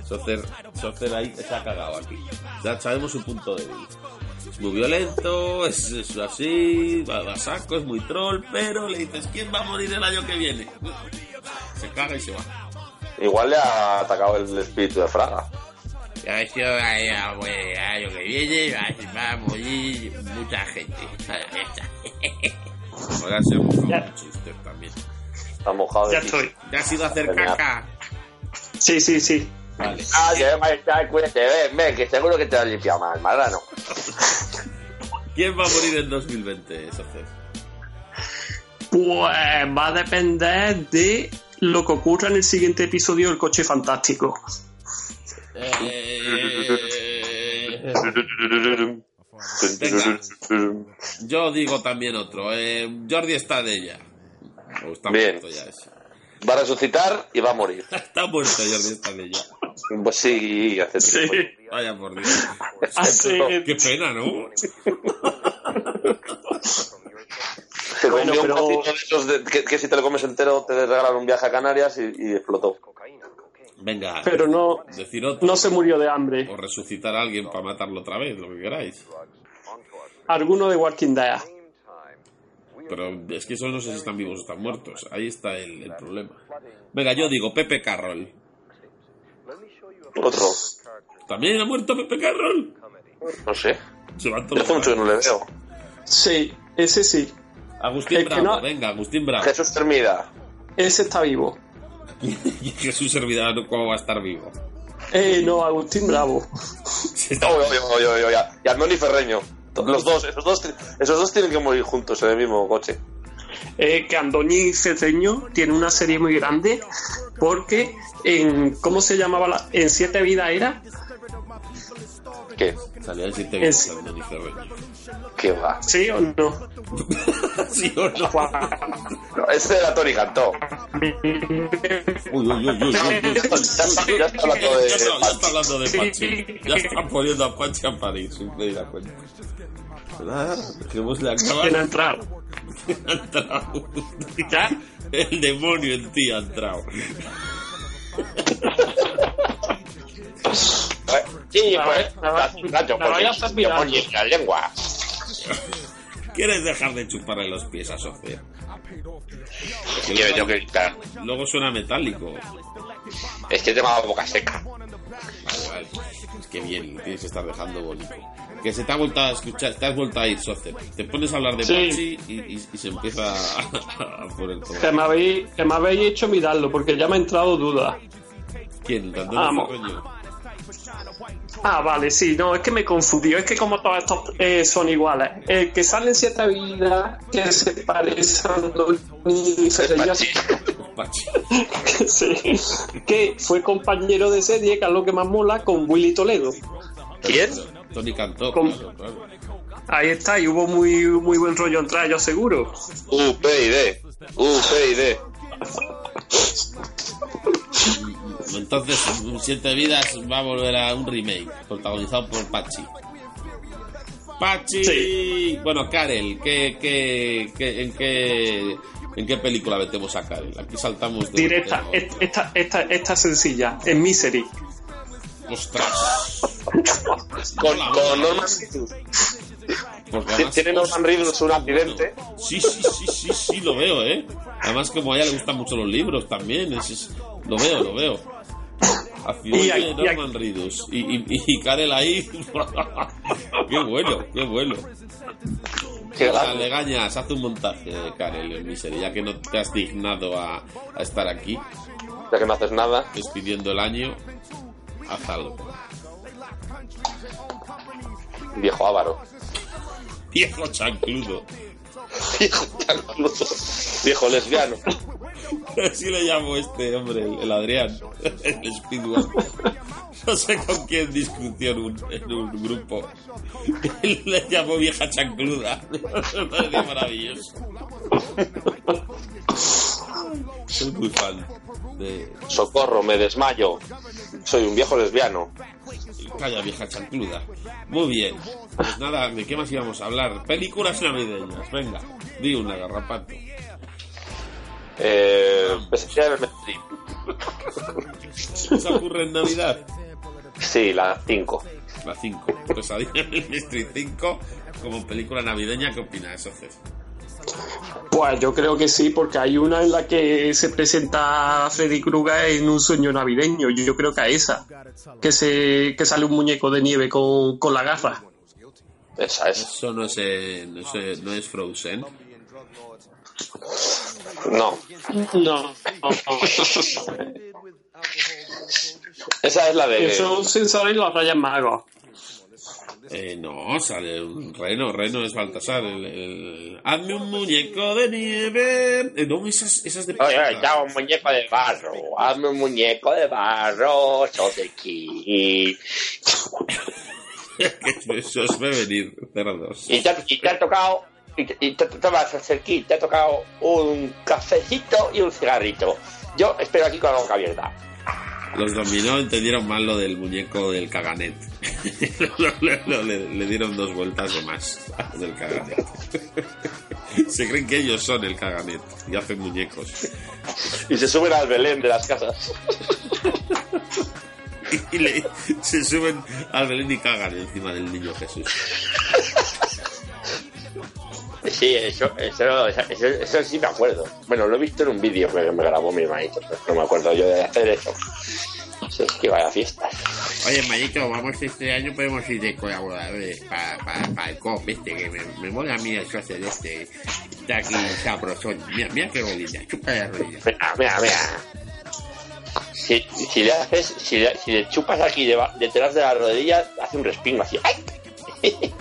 Socer, Socer ahí se ha cagado aquí. Ya sabemos su punto débil. Es muy violento, es, es así, va va a saco, es muy troll, pero le dices, ¿quién va a morir el año que viene? Se caga y se va. Igual le ha atacado el espíritu de Fraga. Ya ves que ahí, ah, bueno, el año que viene va- va a morir mucha gente. Nada, ya está. Ahora se ha mojado Ya. mucho usted también. Está mojado. Ya de- estoy. Ya ha sido hacer Venga. caca. Sí, sí, sí. Vale. Ah, Ay, ay, ay, ay, cuídate, ven, ven, que seguro que te va a limpiar mal, marrano. ¿Quién va a morir en 2020, Socer? Pues va a depender de lo que ocurra en el siguiente episodio del Coche Fantástico. Eh, yo digo también otro. Eh, Jordi está de ella. O está Bien. muerto ya ese. Va a resucitar y va a morir. Está muerto Jordi está de ella. Pues sí, hace Sí. tiempo. Vaya por Dios. Hace- Qué pena, ¿no? Se Bueno, comió un pero- cacito de esos de- que, que si te lo comes entero te regalan un viaje a Canarias y, y explotó. Venga. Pero no, Decir otro. no se murió de hambre. O resucitar a alguien para matarlo otra vez, lo que queráis. Alguno de Walking Dead. Pero es que eso no sé si están vivos o están muertos. Ahí está el, el problema. Venga, yo digo Pepe Carroll. Otro. ¿También ha muerto Pepe Carroll? No sé. Se van Yo todos. hace mucho que no le veo. Sí, ese sí. Agustín Es que Bravo, no- venga, Agustín Bravo. Jesús Termida. Ese está vivo. Jesús servidor no cómo va a estar vivo. Eh, no, Agustín Bravo. Se está- Oye, oye, oye, oye, oye. Y Arnoni Ferreño. Los dos, esos dos, ti- esos dos tienen que morir juntos en el mismo coche. Eh, que Andoni Cedeño tiene una serie muy grande porque en cómo se llamaba la- en siete vidas era ¿Qué? Salía el 7 Es- ¿Qué va? sí o no ¿Sí o no? No, ese era Tony Cantó. Uy, uy, uy, uy, uy. Ya está, ya está hablando Ya de. está, ya está hablando de Pachi. Ya están poniendo a Pachi a París, sin pedir la cuenta. Ah, dejémosle acabar. en la entrada Ha entrado. Ya, el demonio en ti ha entrado. Sí, La pues. va- la va- gacho, gacho, la porque vaya a estar yo mirando. ponía la lengua. ¿Quieres dejar de chuparle los pies a Sofía? Yo, yo que, claro, Luego suena metálico. es que llevaba boca seca. Vale, vale. Es que bien, lo tienes que estar dejando bonito. Que se te ha vuelto a escuchar, te has vuelto a ir, Soster. Te pones a hablar de Sí. Pachi y, y- y se empieza a, a poner todo. que me habéis que me habéis hecho mirarlo porque ya me ha entrado duda ¿Quién? ¿Tanto Vamos. ah vale sí no es que me confundió es que como todos estos eh, son iguales el que sale en siete vidas que se parece a Andoni Cedeño Pachi. Pachi. sí, que fue compañero de serie que es lo que más mola con Willy Toledo ¿Quién? Tony cantó. Con- claro, claro. Ahí está, y hubo muy, muy buen rollo entre ellos, seguro. UPID. UPID. Entonces, en Siete Vidas va a volver a un remake protagonizado por Pachi. Pachi. Sí. Bueno, Karel, ¿qué, qué, qué- en, qué, ¿en qué película metemos a Karel? Aquí saltamos de. Directa, de- est- esta, esta, esta sencilla, en Misery. ¡Ostras! Con, Hola, con hola. Norman Porque Ti- además- Tiene Norman Reedus un accidente. Sí, sí, sí, sí, sí, lo veo, ¿eh? Además, como a ella le gustan mucho los libros también, es- es- lo veo, lo veo. Y Accidente aquí- de y aquí- Norman Reedus y, y, y Karel ahí. qué bueno, qué bueno. Qué O sea, grande. Legañas, haz un montaje de Karel en miseria, ya que no te has dignado a, a estar aquí, Ya que no haces nada. despidiendo el año. Haz algo. Viejo avaro. Viejo chancludo. Viejo chancludo. Viejo lesbiano. Así le llamo a este hombre, el, el Adrián, el Speedwalk. No sé con quién discutió en un, en un grupo. Le llamó vieja chancluda. Me parece maravilloso. Soy muy fan de. Socorro, me desmayo. Soy un viejo lesbiano. Calla, vieja chancluda. Muy bien. Pues nada, ¿de qué más íbamos a hablar? Películas navideñas, venga. Di una garrapato. Eh, presencia en el mainstream. ¿Se ocurre en Navidad? Sí, la 5. La 5. Pesadilla en el Street 5 como película navideña. ¿Qué opinas, Soces? Pues yo creo que sí, porque hay una en la que se presenta Freddy Krueger en un sueño navideño. Yo, yo creo que a esa. Que, se, que sale un muñeco de nieve con, con la garra. Esa es. Eso no es, eh, no es, eh, no es Frozen. No. No. Esa es la de. Eso sin saber los rayas magos. Eh, no, sale un reno, reno es Baltasar. El, el- Hazme un muñeco de nieve. Eh, no, esas, esas de Oye, película. ya, un muñeco de barro. Hazme un muñeco de barro, Soseki. Eso es venir, cerdos. Y te, y te ha tocado, y te, y te- te vas a hacer aquí, te ha tocado un cafecito y un cigarrito. Yo espero aquí con la boca abierta. Los dominó entendieron mal lo del muñeco del caganet. le, le- le dieron dos vueltas o más al del caganet. Se creen que ellos son el caganet y hacen muñecos. Y se suben al Belén de las casas. Y, le- se suben al Belén y cagan encima del niño Jesús. Sí, eso, eso, eso, eso sí me acuerdo. Bueno, lo he visto en un vídeo que me grabó mi hermanito. pero No me acuerdo yo de hacer eso. Eso es que vaya fiesta. Oye, Mayito, vamos este año, podemos ir de colaboradores para pa, pa el COP, este, que me, me mola a mí el social este. Está aquí sabrosón. Mira, mira qué rodilla, chupa la rodilla. Mira, mira, mira. Si, si le haces, si le, si le chupas aquí deba- detrás de la rodilla, hace un respingo así. ¡Ay!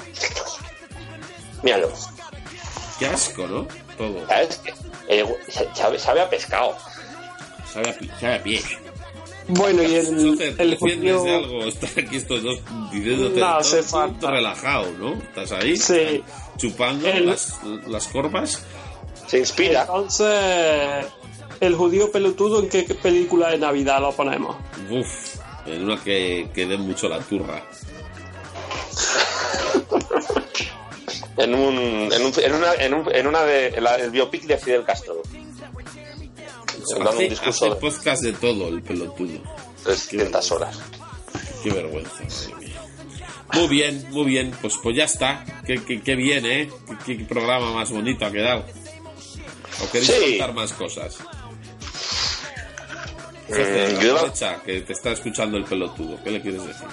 Míralo. Qué asco, ¿no? Todo. ¿Sabes? Eh, sabe, sabe a pescado. Sabe a, pi- sabe a pie. Bueno, y No el, te el defiendes de judío- algo. Están aquí estos dos diciéndote No, todo hace tú falta. relajado, ¿no? Estás ahí Sí. chupando El- las, las corvas. Se inspira. Entonces, el judío pelotudo, ¿en qué qué película de Navidad lo ponemos? Uf, en una que, que den mucho la turra. En, un, en, un, en una, en, un- en una de en la- el biopic de Fidel Castro. Dando un Hace, hace discurso de podcast de todo el pelotudo. 300 horas. Qué vergüenza, madre mía. Muy bien, muy bien. Pues, pues ya está. Qué, qué- qué bien, ¿eh? Qué, qué programa más bonito ha quedado. ¿O queréis Sí. contar más cosas? Mm, Jefe, yo- aprovecha, que te está escuchando el pelotudo. ¿Qué le quieres decir?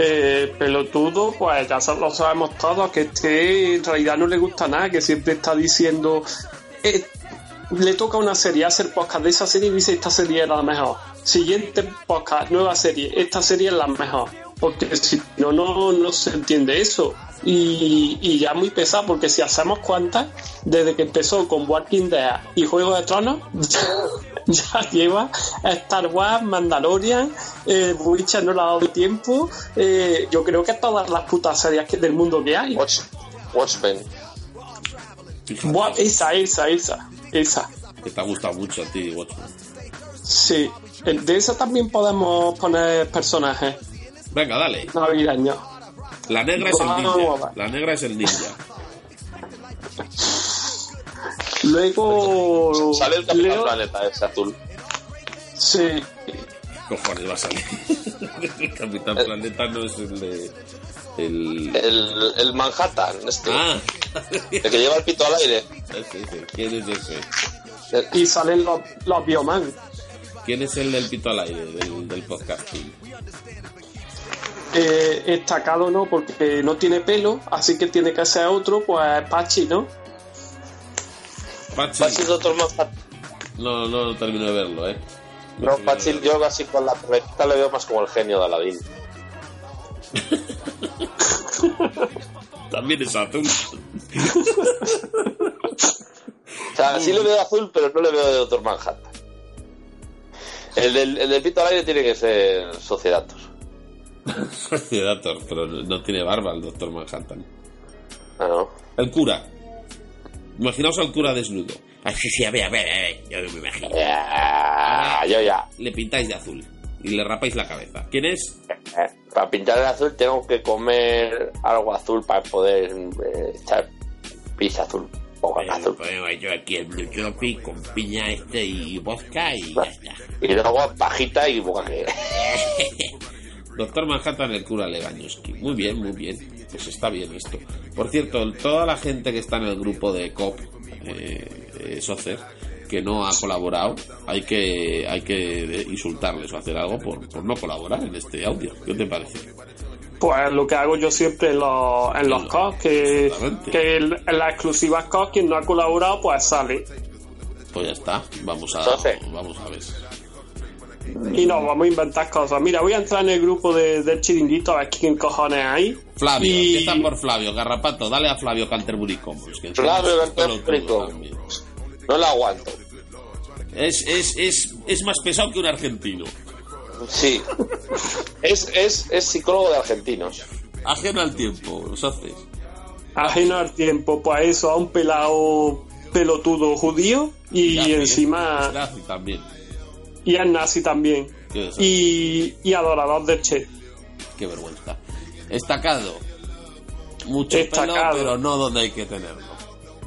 Eh, pelotudo, pues ya sa- lo sabemos todos, que este en realidad no le gusta nada, que siempre está diciendo, eh, le toca una serie, hacer podcast de esa serie y dice, esta serie era la mejor. Siguiente podcast, nueva serie, esta serie es la mejor. Porque si no, no, no se entiende eso. Y, y ya muy pesado, porque si hacemos cuantas, desde que empezó con Walking Dead y Juego de Tronos, ya lleva a Star Wars, Mandalorian, eh, Witcher no le ha dado tiempo. eh, yo creo que todas las putas series que- del mundo que hay. Watch, Watchmen. Fíjate, Buah, esa, esa, esa, esa. que te ha gustado mucho a ti, Watchmen. Sí, Eh, de esa también podemos poner personajes Venga, dale. navideños. La negra es el Vamos, ninja. vamos. La negra es el ninja. Luego Sale el Capitán Leo, Planeta, ese azul. sí, cojones va a salir? el Capitán Eh. Planeta no es el de. El. El, el Manhattan, este. Ah, El que lleva el pito al aire. ese, ese. ¿Quién es ese? El- y salen los, los Bioman. ¿Quién es el del pito al aire del, del podcasting? Eh, estacado no, porque no tiene pelo, así que tiene que ser otro, pues Pachi, ¿no? Pachi. Pachi, doctor Manhattan. No, no, no termino de verlo, ¿eh? No, termino de Pachi, verlo. yo casi con la cobertura le veo más como el genio de Aladdin. También es azul. O sea, sí le veo de azul, pero no le veo de Doctor Manhattan. El del, el del pito al aire tiene que ser Sociedatos. De datos, pero no- no tiene barba el Doctor Manhattan. Ah, no. El cura. Imaginaos al cura desnudo. Ah, sí, sí, a ver, a ver, a ver, yo me imagino. Ya, Ah, yo ya. Le pintáis de azul y le rapáis la cabeza. ¿Quién es? Eh, Para pintar el azul tengo que comer algo azul para poder eh, echar pizza azul. O con Bueno, azul. pues. ponemos yo aquí el Blue Trophy con piña este y vodka y ya está. Y luego pajita y boca que. Doctor Manhattan, el cura Legañoski. Muy bien, muy bien. Pues está bien esto. Por cierto, toda la gente que está en el grupo de COP, eh, eh, Socer, que no ha colaborado, hay que, hay que insultarles o hacer algo por, por no colaborar en este audio. ¿Qué te parece? Pues lo que hago yo siempre en los, en los COS, que, Exactamente. que el- en las exclusivas COS, quien no ha colaborado, pues sale. Pues ya está. Vamos a, Socer. vamos a ver. y nos vamos a inventar cosas. Mira, voy a entrar en el grupo de, del chiringuito a ver quién cojones hay. Flavio, Y- empieza por Flavio, Garrapato, dale a Flavio Canterbury Commons. que Flavio es un Canterbury pelotudo Commons. también. No la aguanto. Es, es, es, es más pesado que un argentino. Sí. Es, es, es psicólogo de argentinos. Ajeno al tiempo, los haces. Ajeno al tiempo, pues a eso, a un pelado pelotudo judío y Nazi, es encima, nazi también. y al nazi también. Qué desastre. Y, y adorador del Che. Qué vergüenza. Estacado. Mucho Estacado. pelo, pero no donde hay que tenerlo.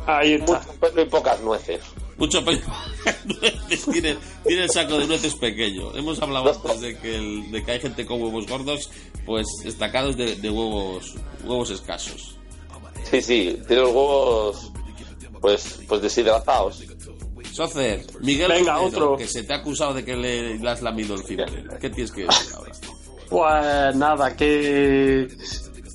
Ahí está. Mucho pelo y pocas nueces. Mucho pelo. Nueces, tiene, tiene el saco de nueces pequeño. Hemos hablado antes de que, el- de que hay gente con huevos gordos, pues destacados de, de huevos, huevos escasos. Sí, sí. Tiene los huevos pues, pues deshidratados. Socer, Miguel Venga, Romero, otro. que se te ha acusado de que le, le has lamido el fibre. ¿Qué tienes que decir ahora? Pues nada, que,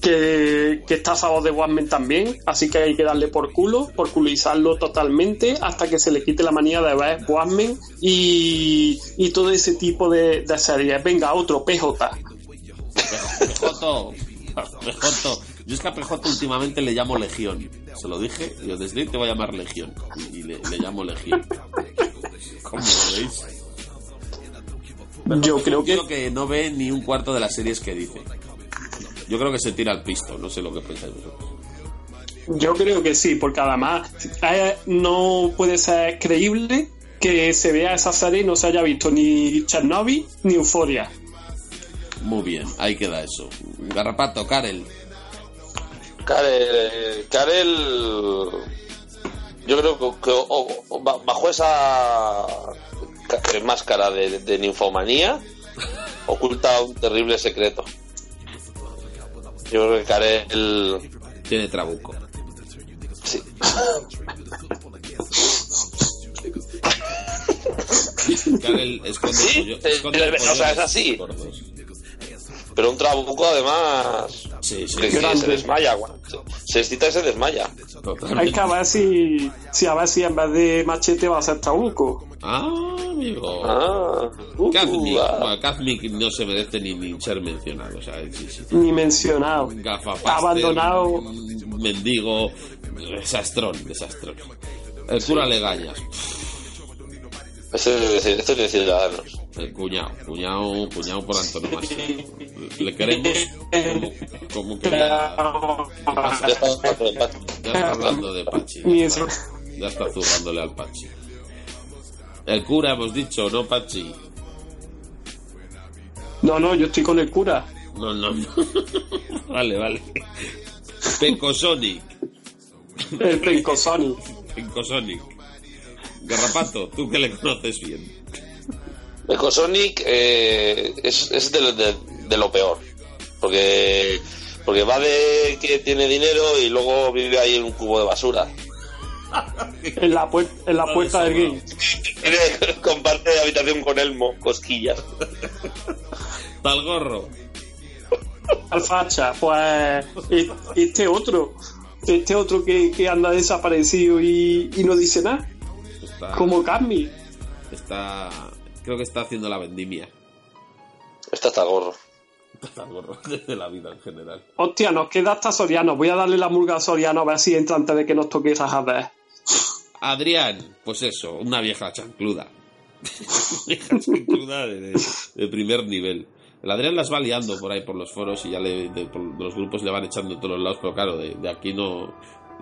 que, que está Sábado de Watchmen también, así que hay que darle por culo, por culizarlo totalmente hasta que se le quite la manía de ver Watchmen y, y todo ese tipo de, de series. Venga, otro, PJ. Pejoto, Pejoto. Yo es que a Pejoto últimamente le llamo Legión. Se lo dije, yo desde hoy te voy a llamar Legión. Y le, le llamo Legión. ¿Cómo lo veis? Yo creo que Creo que no ve ni un cuarto de las series que dice. Yo creo que se tira al pisto, no sé lo que pensáis vosotros. Yo creo que sí, porque además eh, no puede ser creíble que se vea esa serie y no se haya visto ni Chernobyl ni Euforia. Muy bien, ahí queda eso. Garrapato, Karel. Karel, Karel yo creo que, que o- o- ba- bajo esa ca- eh, máscara de, de ninfomanía oculta un terrible secreto. Yo creo que Karel Tiene trabuco. sí, Karel esconde Sí, pollo- eh, esconde eh, o sea, es pollones así. gordos. pero un trabuco además Sí, sí, que sí, se desmaya, guau. se excita y se desmaya. Hay totalmente. que ver si, si a ver si en vez de machete va a ser trabuco. Ah, amigo. Ah, uh, Kazmik, ah. bueno, Kazmik no se merece ni, ni ser mencionado, o sea, sí, sí. Ni mencionado. Gafapaster, Abandonado. mm, Mendigo, desastrón, desastrón. El cura Legañas, Ese es de- este es de Ciudadanos. el cuñado, cuñado, cuñado por antonomasia. Le queremos como, como que ya, Ya estamos hablando de paz. ya está hablando de Pachi. Ni Ya eso. está, ya está zurrándole al Pachi. El cura, hemos dicho, no Pachi. No, no, yo estoy con el cura. No, no, no. Vale, vale. Pecosonic. El Pencosoni. Pecosonic. Garrapato, tú que le conoces bien. Ecosonic eh, es, es de, de- de lo peor. Porque, porque va de que tiene dinero y luego vive ahí en un cubo de basura. En la, puer- en la puerta del game. Tiene- Comparte habitación con Elmo, cosquillas. Tal gorro. Al facha, pues e- este otro. Este otro que, que anda desaparecido y, y no dice nada. Está, Como Carmi. está. Creo que está haciendo la vendimia. Está hasta el gorro. Tal gorro, de la vida en general. Hostia, nos queda hasta Soriano. Voy a darle la murga a Soriano a ver si entra antes de que nos toque esa jade. Adrián, pues eso, una vieja chancluda. vieja chancluda de, de- de primer nivel. El Adrián las va liando por ahí por los foros y ya le, de, por los grupos le van echando de todos los lados, pero claro, de, de aquí no.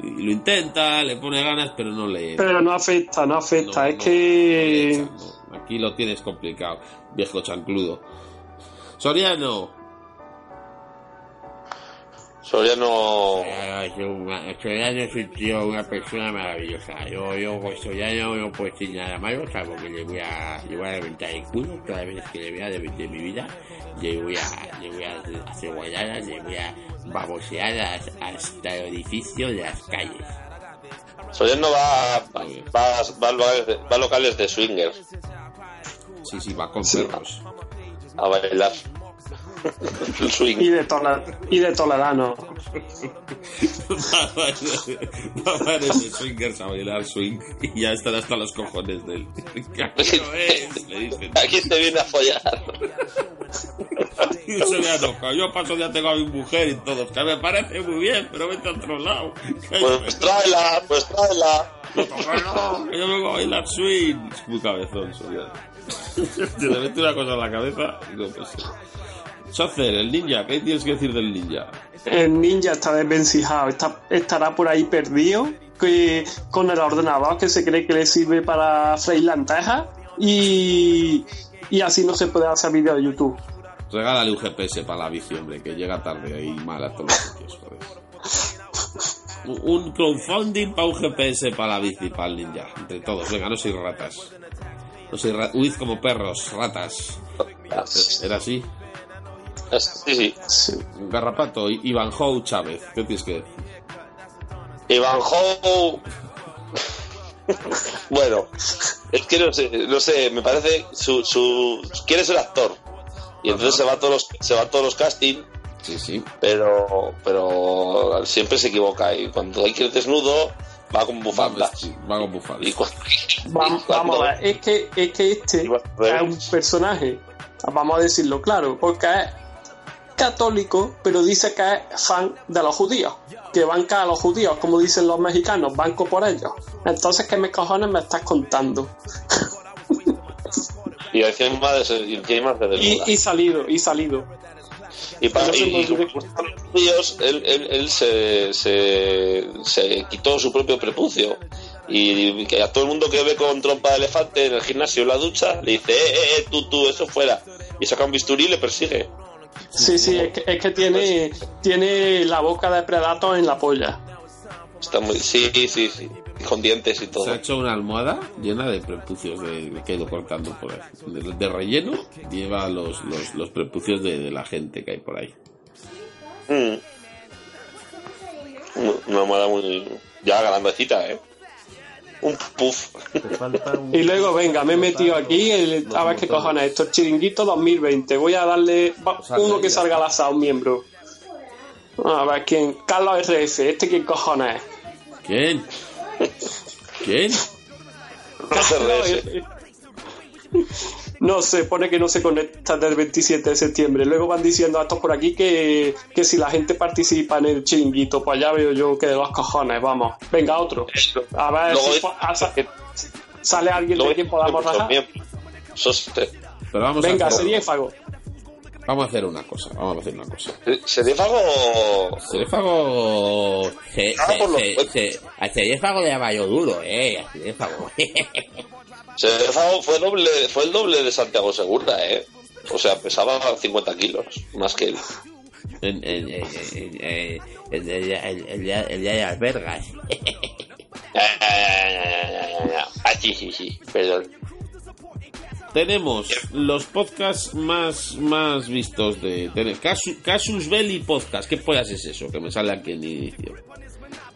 y lo intenta, le pone ganas, pero no le. Pero no afecta, no afecta. No, es no, que. no le echan, no. Aquí lo tienes complicado, viejo chancludo. Soriano. Soriano. Ay, Ah, yo, ma- Soriano es un tío, una persona maravillosa. Yo, yo con Soriano no puedo decir nada malo, salvo que le voy a, le voy a reventar el culo cada vez que le vea de, de mi vida. Le voy a, le voy a hacer guayadas, le voy a babosear as- hasta el orificio de las calles. Soriano va, va, va a locales de- va a locales de swinger Sí, sí, va con Sí. perros. a bailar. El swing. Y de, Tola, y de Toledano. Va a aparecer swingers a bailar swing y ya estará hasta los cojones de él. Cabrón es, le dicen. Aquí te viene a follar. Y se le ha tocado. Yo paso ya tengo a mi mujer y todos. Que me parece muy bien, pero vete a otro lado. Que yo me Pues tráela, pues tráela. toco, que yo vengo a bailar swing. Es muy cabezón, Soledad. Se le mete una cosa en la cabeza y no pues. Sacer, el ninja, ¿qué tienes que decir del ninja? El ninja está desvencijado, está- estará por ahí perdido que, con el ordenador que se cree que le sirve para freír lentejas y, y así no se puede hacer vídeo de YouTube. Regálale un GPS para la bici, hombre, que llega tarde y mal a todos los sitios, joder. Un- Un crowdfunding para un GPS para la bici, para el ninja. Entre todos, venga, no soy ratas. No soy ratas. Huid como perros, ratas. Era así. Sí, sí. Sí. Garrapato, I- Iván Hou Chávez. ¿Qué tienes que decir? Iván Hou. bueno, es que no sé, no sé, me parece su, su quiere ser actor. Y entonces se va a todos los, se va a todos los castings, Sí, sí. pero pero siempre se equivoca y cuando hay que ir desnudo va con bufanda. Va con bufanda. Y cu- Va- y cuando- vamos a ver, es que, es que este Iba a ver. es un personaje, vamos a decirlo claro, porque es católico, pero dice que es fan de los judíos, que banca a los judíos, como dicen los mexicanos, banco por ellos. Entonces, ¿qué me cojones me estás contando? y encima de ser- y encima se Y, desnuda. y salido, y salido. Y para no se y- y puede- como están los judíos, él, él- él se, se, se quitó su propio prepucio. Y que a todo el mundo que ve con trompa de elefante en el gimnasio en la ducha, le dice, eh, eh, eh, tú, tú, eso fuera. Y saca un bisturí y le persigue. Sí, sí, es que, es que tiene, tiene la boca de predator en la polla. Está muy... Sí, sí, sí. Con dientes y Se ha todo. hecho una almohada llena de prepucios de, de que he ido cortando por ahí. De, de relleno lleva los, los, los prepucios de, de la gente que hay por ahí. Mm. Una- Una moda muy... Ya grandecita, ¿eh? Un puff. Te falta un... Y luego, venga, me he metido aquí, el- a ver qué cojones, esto es chiringuito 2020. Voy a darle va- Salga uno que ahí, salga al asado, un miembro. A ver quién, Carlos RF, este quién cojones es. ¿Quién? ¿Quién? RS. No, se pone que no se conecta desde el 27 de septiembre. Luego van diciendo a estos por aquí que, que si la gente participa en el chiringuito, pues ya veo yo que de los cojones, vamos. Venga, otro. A ver Luego si es- po- a- sa- sale alguien de quien podamos rajar. También. Sos- Pero vamos a Venga, hacer, seriéfago. vamos a hacer una cosa, vamos a hacer una cosa. Eh, Seriéfago... Cerefago Se, Ah, por los se, se, se, al cerefago le llama yo duro, eh, al cerefago. Cerezo fue doble, fue el doble de Santiago Segura, eh. O sea, pesaba 50 kilos, más que él. En- en- en- en- en- El el- el- el día el día de las vergas. Ah, sí, sí, sí, perdón. Tenemos los podcasts más, más vistos de... Tener. Casu- Casus Belli Podcast. ¿Qué pollas es eso? Que me sale aquí en inicio.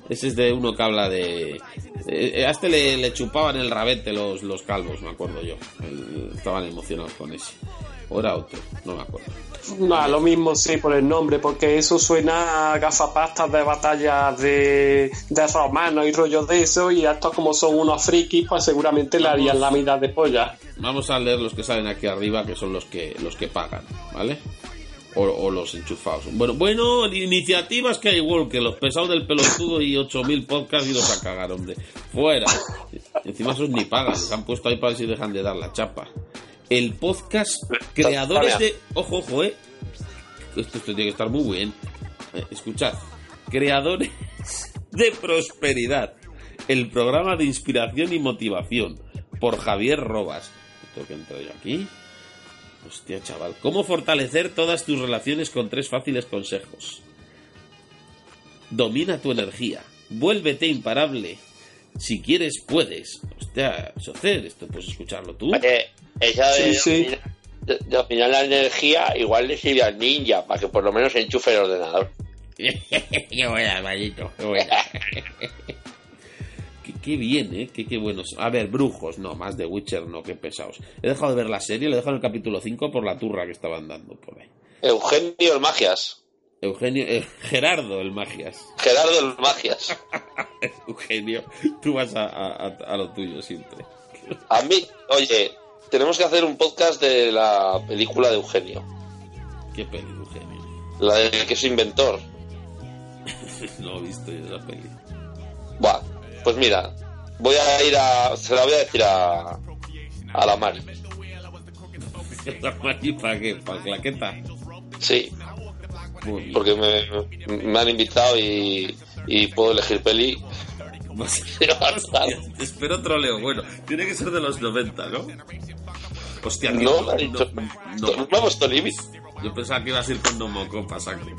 Ese es de uno que habla de... eh, eh, a este le, le chupaban el rabete los, los calvos, me acuerdo yo. El- estaban emocionados con ese. O era otro, no me acuerdo. No, Ah, lo mismo sí por el nombre, porque eso suena a gafapastas de batalla de, de romanos y rollos de eso, y estos como son unos frikis, pues seguramente le harían la mitad de polla. Vamos a leer los que salen aquí arriba, que son los que los que pagan, ¿vale? O, o los enchufados. Bueno, bueno, iniciativas que hay igual que los pesados del pelotudo y 8000 podcasts y los a cagar, hombre. Fuera. Encima esos ni pagan, se han puesto ahí para ver si dejan de dar la chapa. El podcast creadores de... Ojo, ojo, eh. Esto, esto tiene que estar muy bien. Eh, escuchad. Creadores de prosperidad. El programa de inspiración y motivación por Javier Robas. Esto que entro yo aquí. Hostia, chaval. ¿Cómo fortalecer todas tus relaciones con tres fáciles consejos? Domina tu energía. Vuélvete imparable. Si quieres, puedes. Hostia, Socer, esto puedes escucharlo tú. Oye, esa Sí, de, sí. dominar- de- de dominar la energía, igual le sirve al ninja, para que por lo menos enchufe el ordenador. Qué buena, maldito, qué buena. Qué, qué bien, ¿eh? Qué, qué buenos. A ver, brujos, no, más de Witcher, no, qué pesados. He dejado de ver la serie, lo he dejado en el capítulo 5 por la turra que estaban dando por ahí. Eugenio el Magias. Eugenio, eh, Gerardo el Magias. Gerardo el Magias. Eugenio, tú vas a, a- a- a lo tuyo siempre. A mí, oye, tenemos que hacer un podcast de la película de Eugenio. Qué peli, Eugenio. La de que es inventor. No he visto yo esa peli. Buah, pues mira, voy a ir a. Se la voy a decir a. A la Mari. ¿La Mari para qué? ¿Para claqueta? Sí, Muy bien. porque me, me han invitado y, y puedo elegir peli. Vas- Pero bastante. Espero troleo. Bueno, tiene que ser de los 90, ¿no? Hostia, tío, No, me ha dicho. no. No, hemos puesto límite. Yo pensaba que ibas a ir con Nomoco para sangre.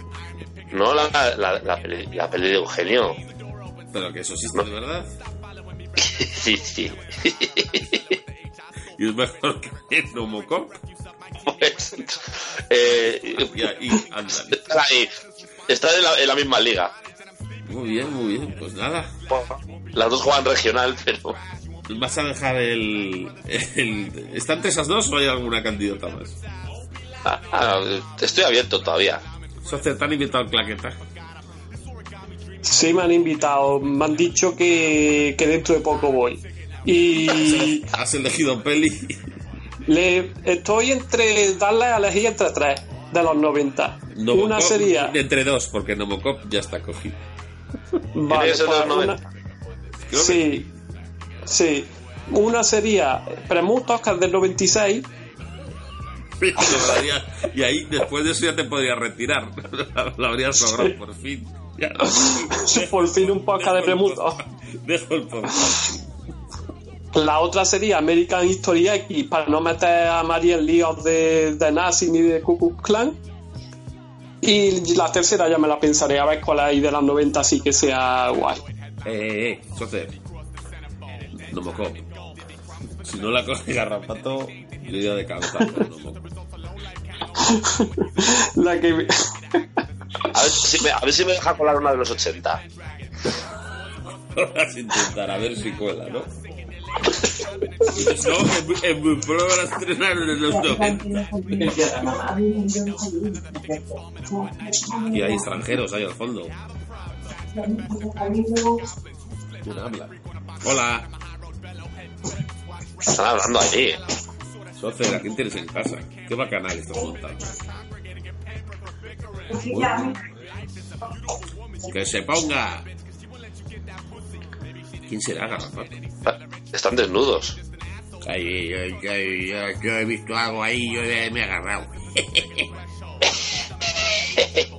No, la, la, la, peli, la peli de Eugenio. Pero que eso existe de verdad. Sí, sí. Y es mejor que Nomocop. Pues, eh, Y ahí andan. están ahí. Están en la, en la misma liga. Muy bien, muy bien. Pues nada. Las dos juegan regional, pero. ¿Vas a dejar el. el- ¿Está entre esas dos o hay alguna candidata más? Ah, ah, estoy abierto todavía. Eso te tan invitado al claqueta. Sí, me han invitado. Me han dicho que, que dentro de poco voy. Y Has elegido peli. le estoy entre darle a elegir entre tres de los 90. Nomocop, una sería. Entre dos, porque Nomocop ya está cogido. Vale, ser de pues los una- 90. Creo Sí, sí. Una sería Premutos, que es del 96. Te sobraría- y ahí después de eso ya te podrías retirar. La habrías sobrado por fin. Ya. Por fin un podcast de Premutos. Dejo el podcast. La otra sería American History X para no meter a María en líos de, de nazi ni de Ku Klux Klan. Y la tercera ya me la pensaré a ver cuál hay de las 90 así que sea guay. Eh, eh, eh, Soter. No moco. Si no la coge garrapato, yo iría de cabeza. pero no moco. La que A ver, si me, a ver si me deja colar una de los 80. Ahora sí intentar a ver si cuela, ¿no? No, en, en mi prueba la estrenaron en los 90. Y hay extranjeros ahí al fondo. ¿Quién habla? Hola, Están hablando allí. Socer, ¿a quién tienes en casa? Qué bacanal estás montando. ¡Que se ponga! ¿Quién será Garrapato? Están desnudos. Ay, yo, yo, yo- yo he visto algo ahí, yo me me he agarrado.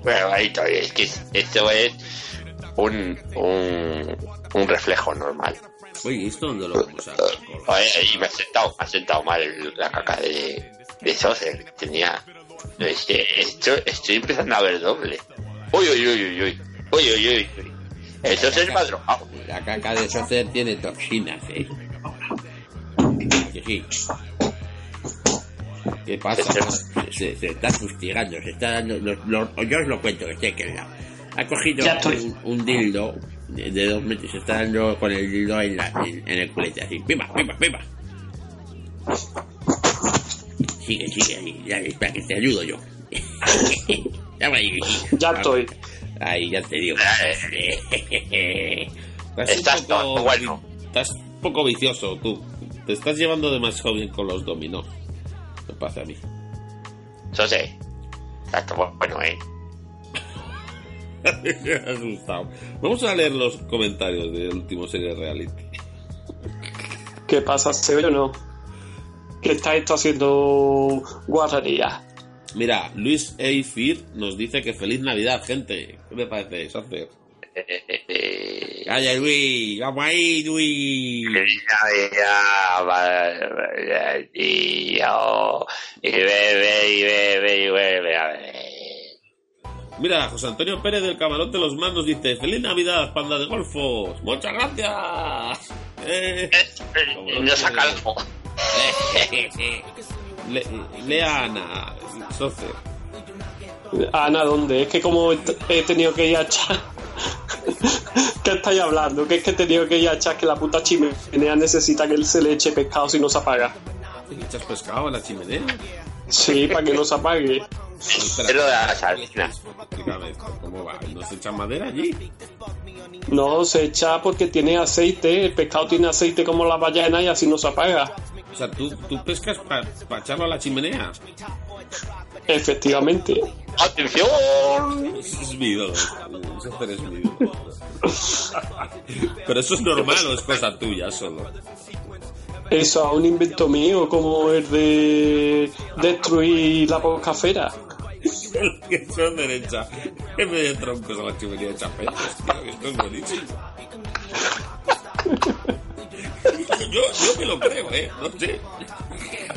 Bueno, ahí todavía, es que esto es un, un, un reflejo normal. Oye, ¿esto dónde lo vamos a colocar? Oye, y me ha sentado, me ha sentado mal la caca de, de Saucer, que tenía. Es que esto, estoy empezando a ver doble. Uy, uy, uy, uy, uy. Uy, uy, uy, uy. El Saucer me ha drogado. La caca de Socer tiene toxinas, ¿eh? Sí, sí. ¿Qué Este pasa? Se, se está fustigando, se está dando... los- los- yo os lo cuento, que estoy aquí al lado. Ha cogido Ya estoy. un, un dildo de, de dos metros, se está dando con el dildo en, la- en- en el culete, así. ¡Pimba, pimba, pimba! Sigue, sigue ahí. Ya, espera, que te ayudo yo. ya, va ahí. ya estoy. Ay, ya te digo. Estás todo bueno. Estás un poco vicioso, tú. Te estás llevando demasiado bien con los dominó. Me pasa a mí. Saucer, estás todo bueno, eh. Me has asustado. Vamos a leer los comentarios del último serie reality. ¿Qué pasa? ¿Se ve o no? Que está esto haciendo guarrería. Mira, Luis Eifir nos dice que feliz Navidad, gente. ¿Qué te parece, Socer? Eh, eh, eh, Calla, Luis. Vamos ahí, Luis. Navidad, para ti, yo. y bebe, y bebe, y bebe, a ver. Mira, José Antonio Pérez del Camarote de los Manos dice: ¡Feliz Navidad, panda de golfos! ¡Muchas gracias! Eh, No saca algo. le- Leana, Socer. Ana, ¿dónde? Es que como he- he tenido que ir a echar... ¿Qué estáis hablando? Que es que he tenido que ir a echar que la puta chimenea necesita que él se le eche pescado si no se apaga. ¿Le echas pescado a la chimenea? Sí, para que no se apague. Espera, Es lo de la explícame salsa. esto, ¿Cómo va? ¿No se echa madera allí? No, se echa porque tiene aceite, el pescado tiene aceite como la ballena y así no se apaga. O sea, tú, tú pescas para echarlo a la chimenea. Efectivamente. ¡Atención! Eso es mi ídolo. Ese eres mi ídolo. Pero eso es normal o es cosa tuya solo. Eso es un invento mío, como el de destruir la poscafera. El que son derecha. Que me de troncos a la chimenea de chapetas, tío. Esto es buenísimo. Yo, yo me lo creo, ¿eh? No sé.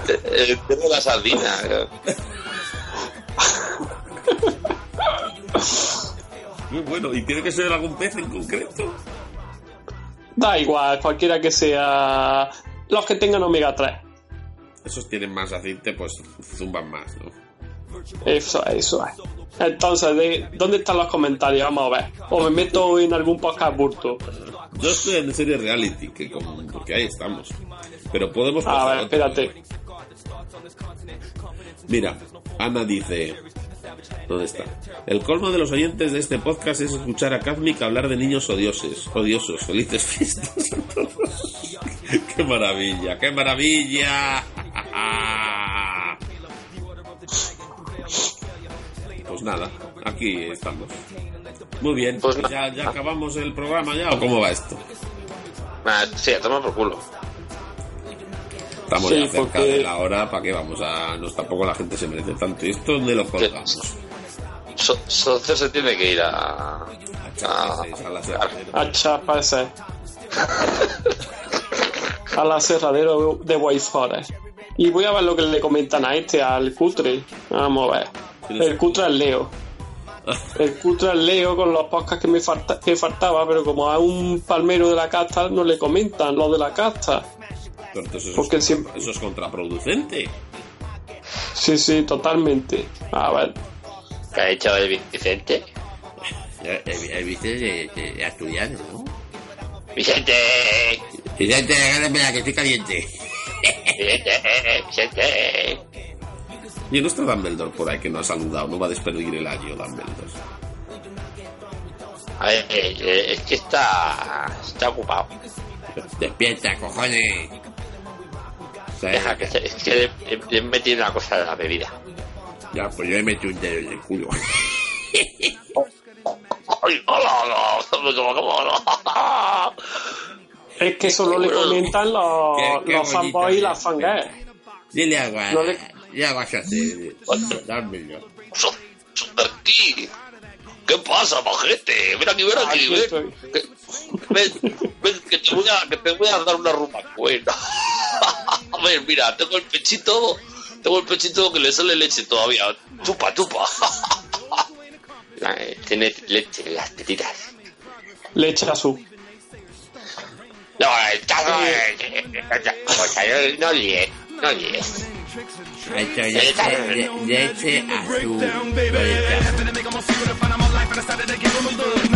El tema de Eh, la sardina. Muy bueno. ¿Y tiene que ser algún pez en concreto? Da igual, cualquiera que sea. Los que tengan omega 3. Esos tienen más aceite, pues zumban más, ¿no? Eso es, eso es. Entonces, ¿de ¿dónde están los comentarios? Vamos a ver. O me meto en algún podcast burto. Yo estoy en serie reality, que como- porque ahí estamos. Pero podemos A pasar ver, a otro. Ah, espérate. Mira, Ana dice. ¿Dónde está? El colmo de los oyentes de este podcast es escuchar a Kazmik hablar de niños odiosos. Odiosos, felices fiestas a todos. ¡Qué maravilla! ¡Qué maravilla! Pues nada, aquí estamos. Muy bien, Pues pues ya, ya acabamos el programa ya, ¿o cómo va esto? Ah, Sí, a tomar por culo. Estamos Sí, ya cerca porque- de la hora, ¿para qué vamos a.? No, tampoco la gente se merece tanto. ¿Y esto dónde lo colgamos? So- Socio se tiene que ir a. A Charles, a la Serradero. A chapa ese. al aserradero de White Forest. Y voy a ver lo que le comentan a este, al cutre. Vamos a ver. El cutre es Leo. El cutre es Leo con los podcasts que me falta, que faltaba, pero como a un palmero de la casta no le comentan los de la casta. Pero entonces eso, Porque es, siempre- eso es contraproducente. Sí, sí, totalmente. A ver. ¿Qué ha hecho el Vicente? El, el- el Vicente de, de, de Asturiano, eh, ¿no? ¡Vicente! Vicente, agárrame la que estoy caliente. ¡Vicente! ¡Vicente! Y no está Dumbledore por ahí que no ha saludado, no va a despedir el año Dumbledore. A ver, eh, eh, es que está. Está ocupado. Despierta, cojones. ¿Sabes? Deja que se- Es que le, le- le he metido una cosa de la bebida. Ya, pues yo me metí un dedo en el culo. ¡Ay, hola, hola! hola, hola. Es que solo le comentan los, Qué- qué los bonita fanboys y vida. las fangirls. Dile algo a... No le- Mm. Dile algo a José. Dámelo. So- so- aquí. ¿Qué pasa, majete? Ven aquí, ven aquí, Aquí ven. estoy. Que- Ven, ven, que te voy a, que te voy a dar una rumba buena. A ver, mira, tengo el pechito, tengo el pechito que le sale leche todavía. Chupa, chupa. Tiene leche en las tetitas. Le echa su. No, está- Pues ahí no líes, no líes. Ha hecho leche, leche azul. Bonita. Break down, baby. After they make 'em all secret, I find 'em all life, and I started to give 'em a good.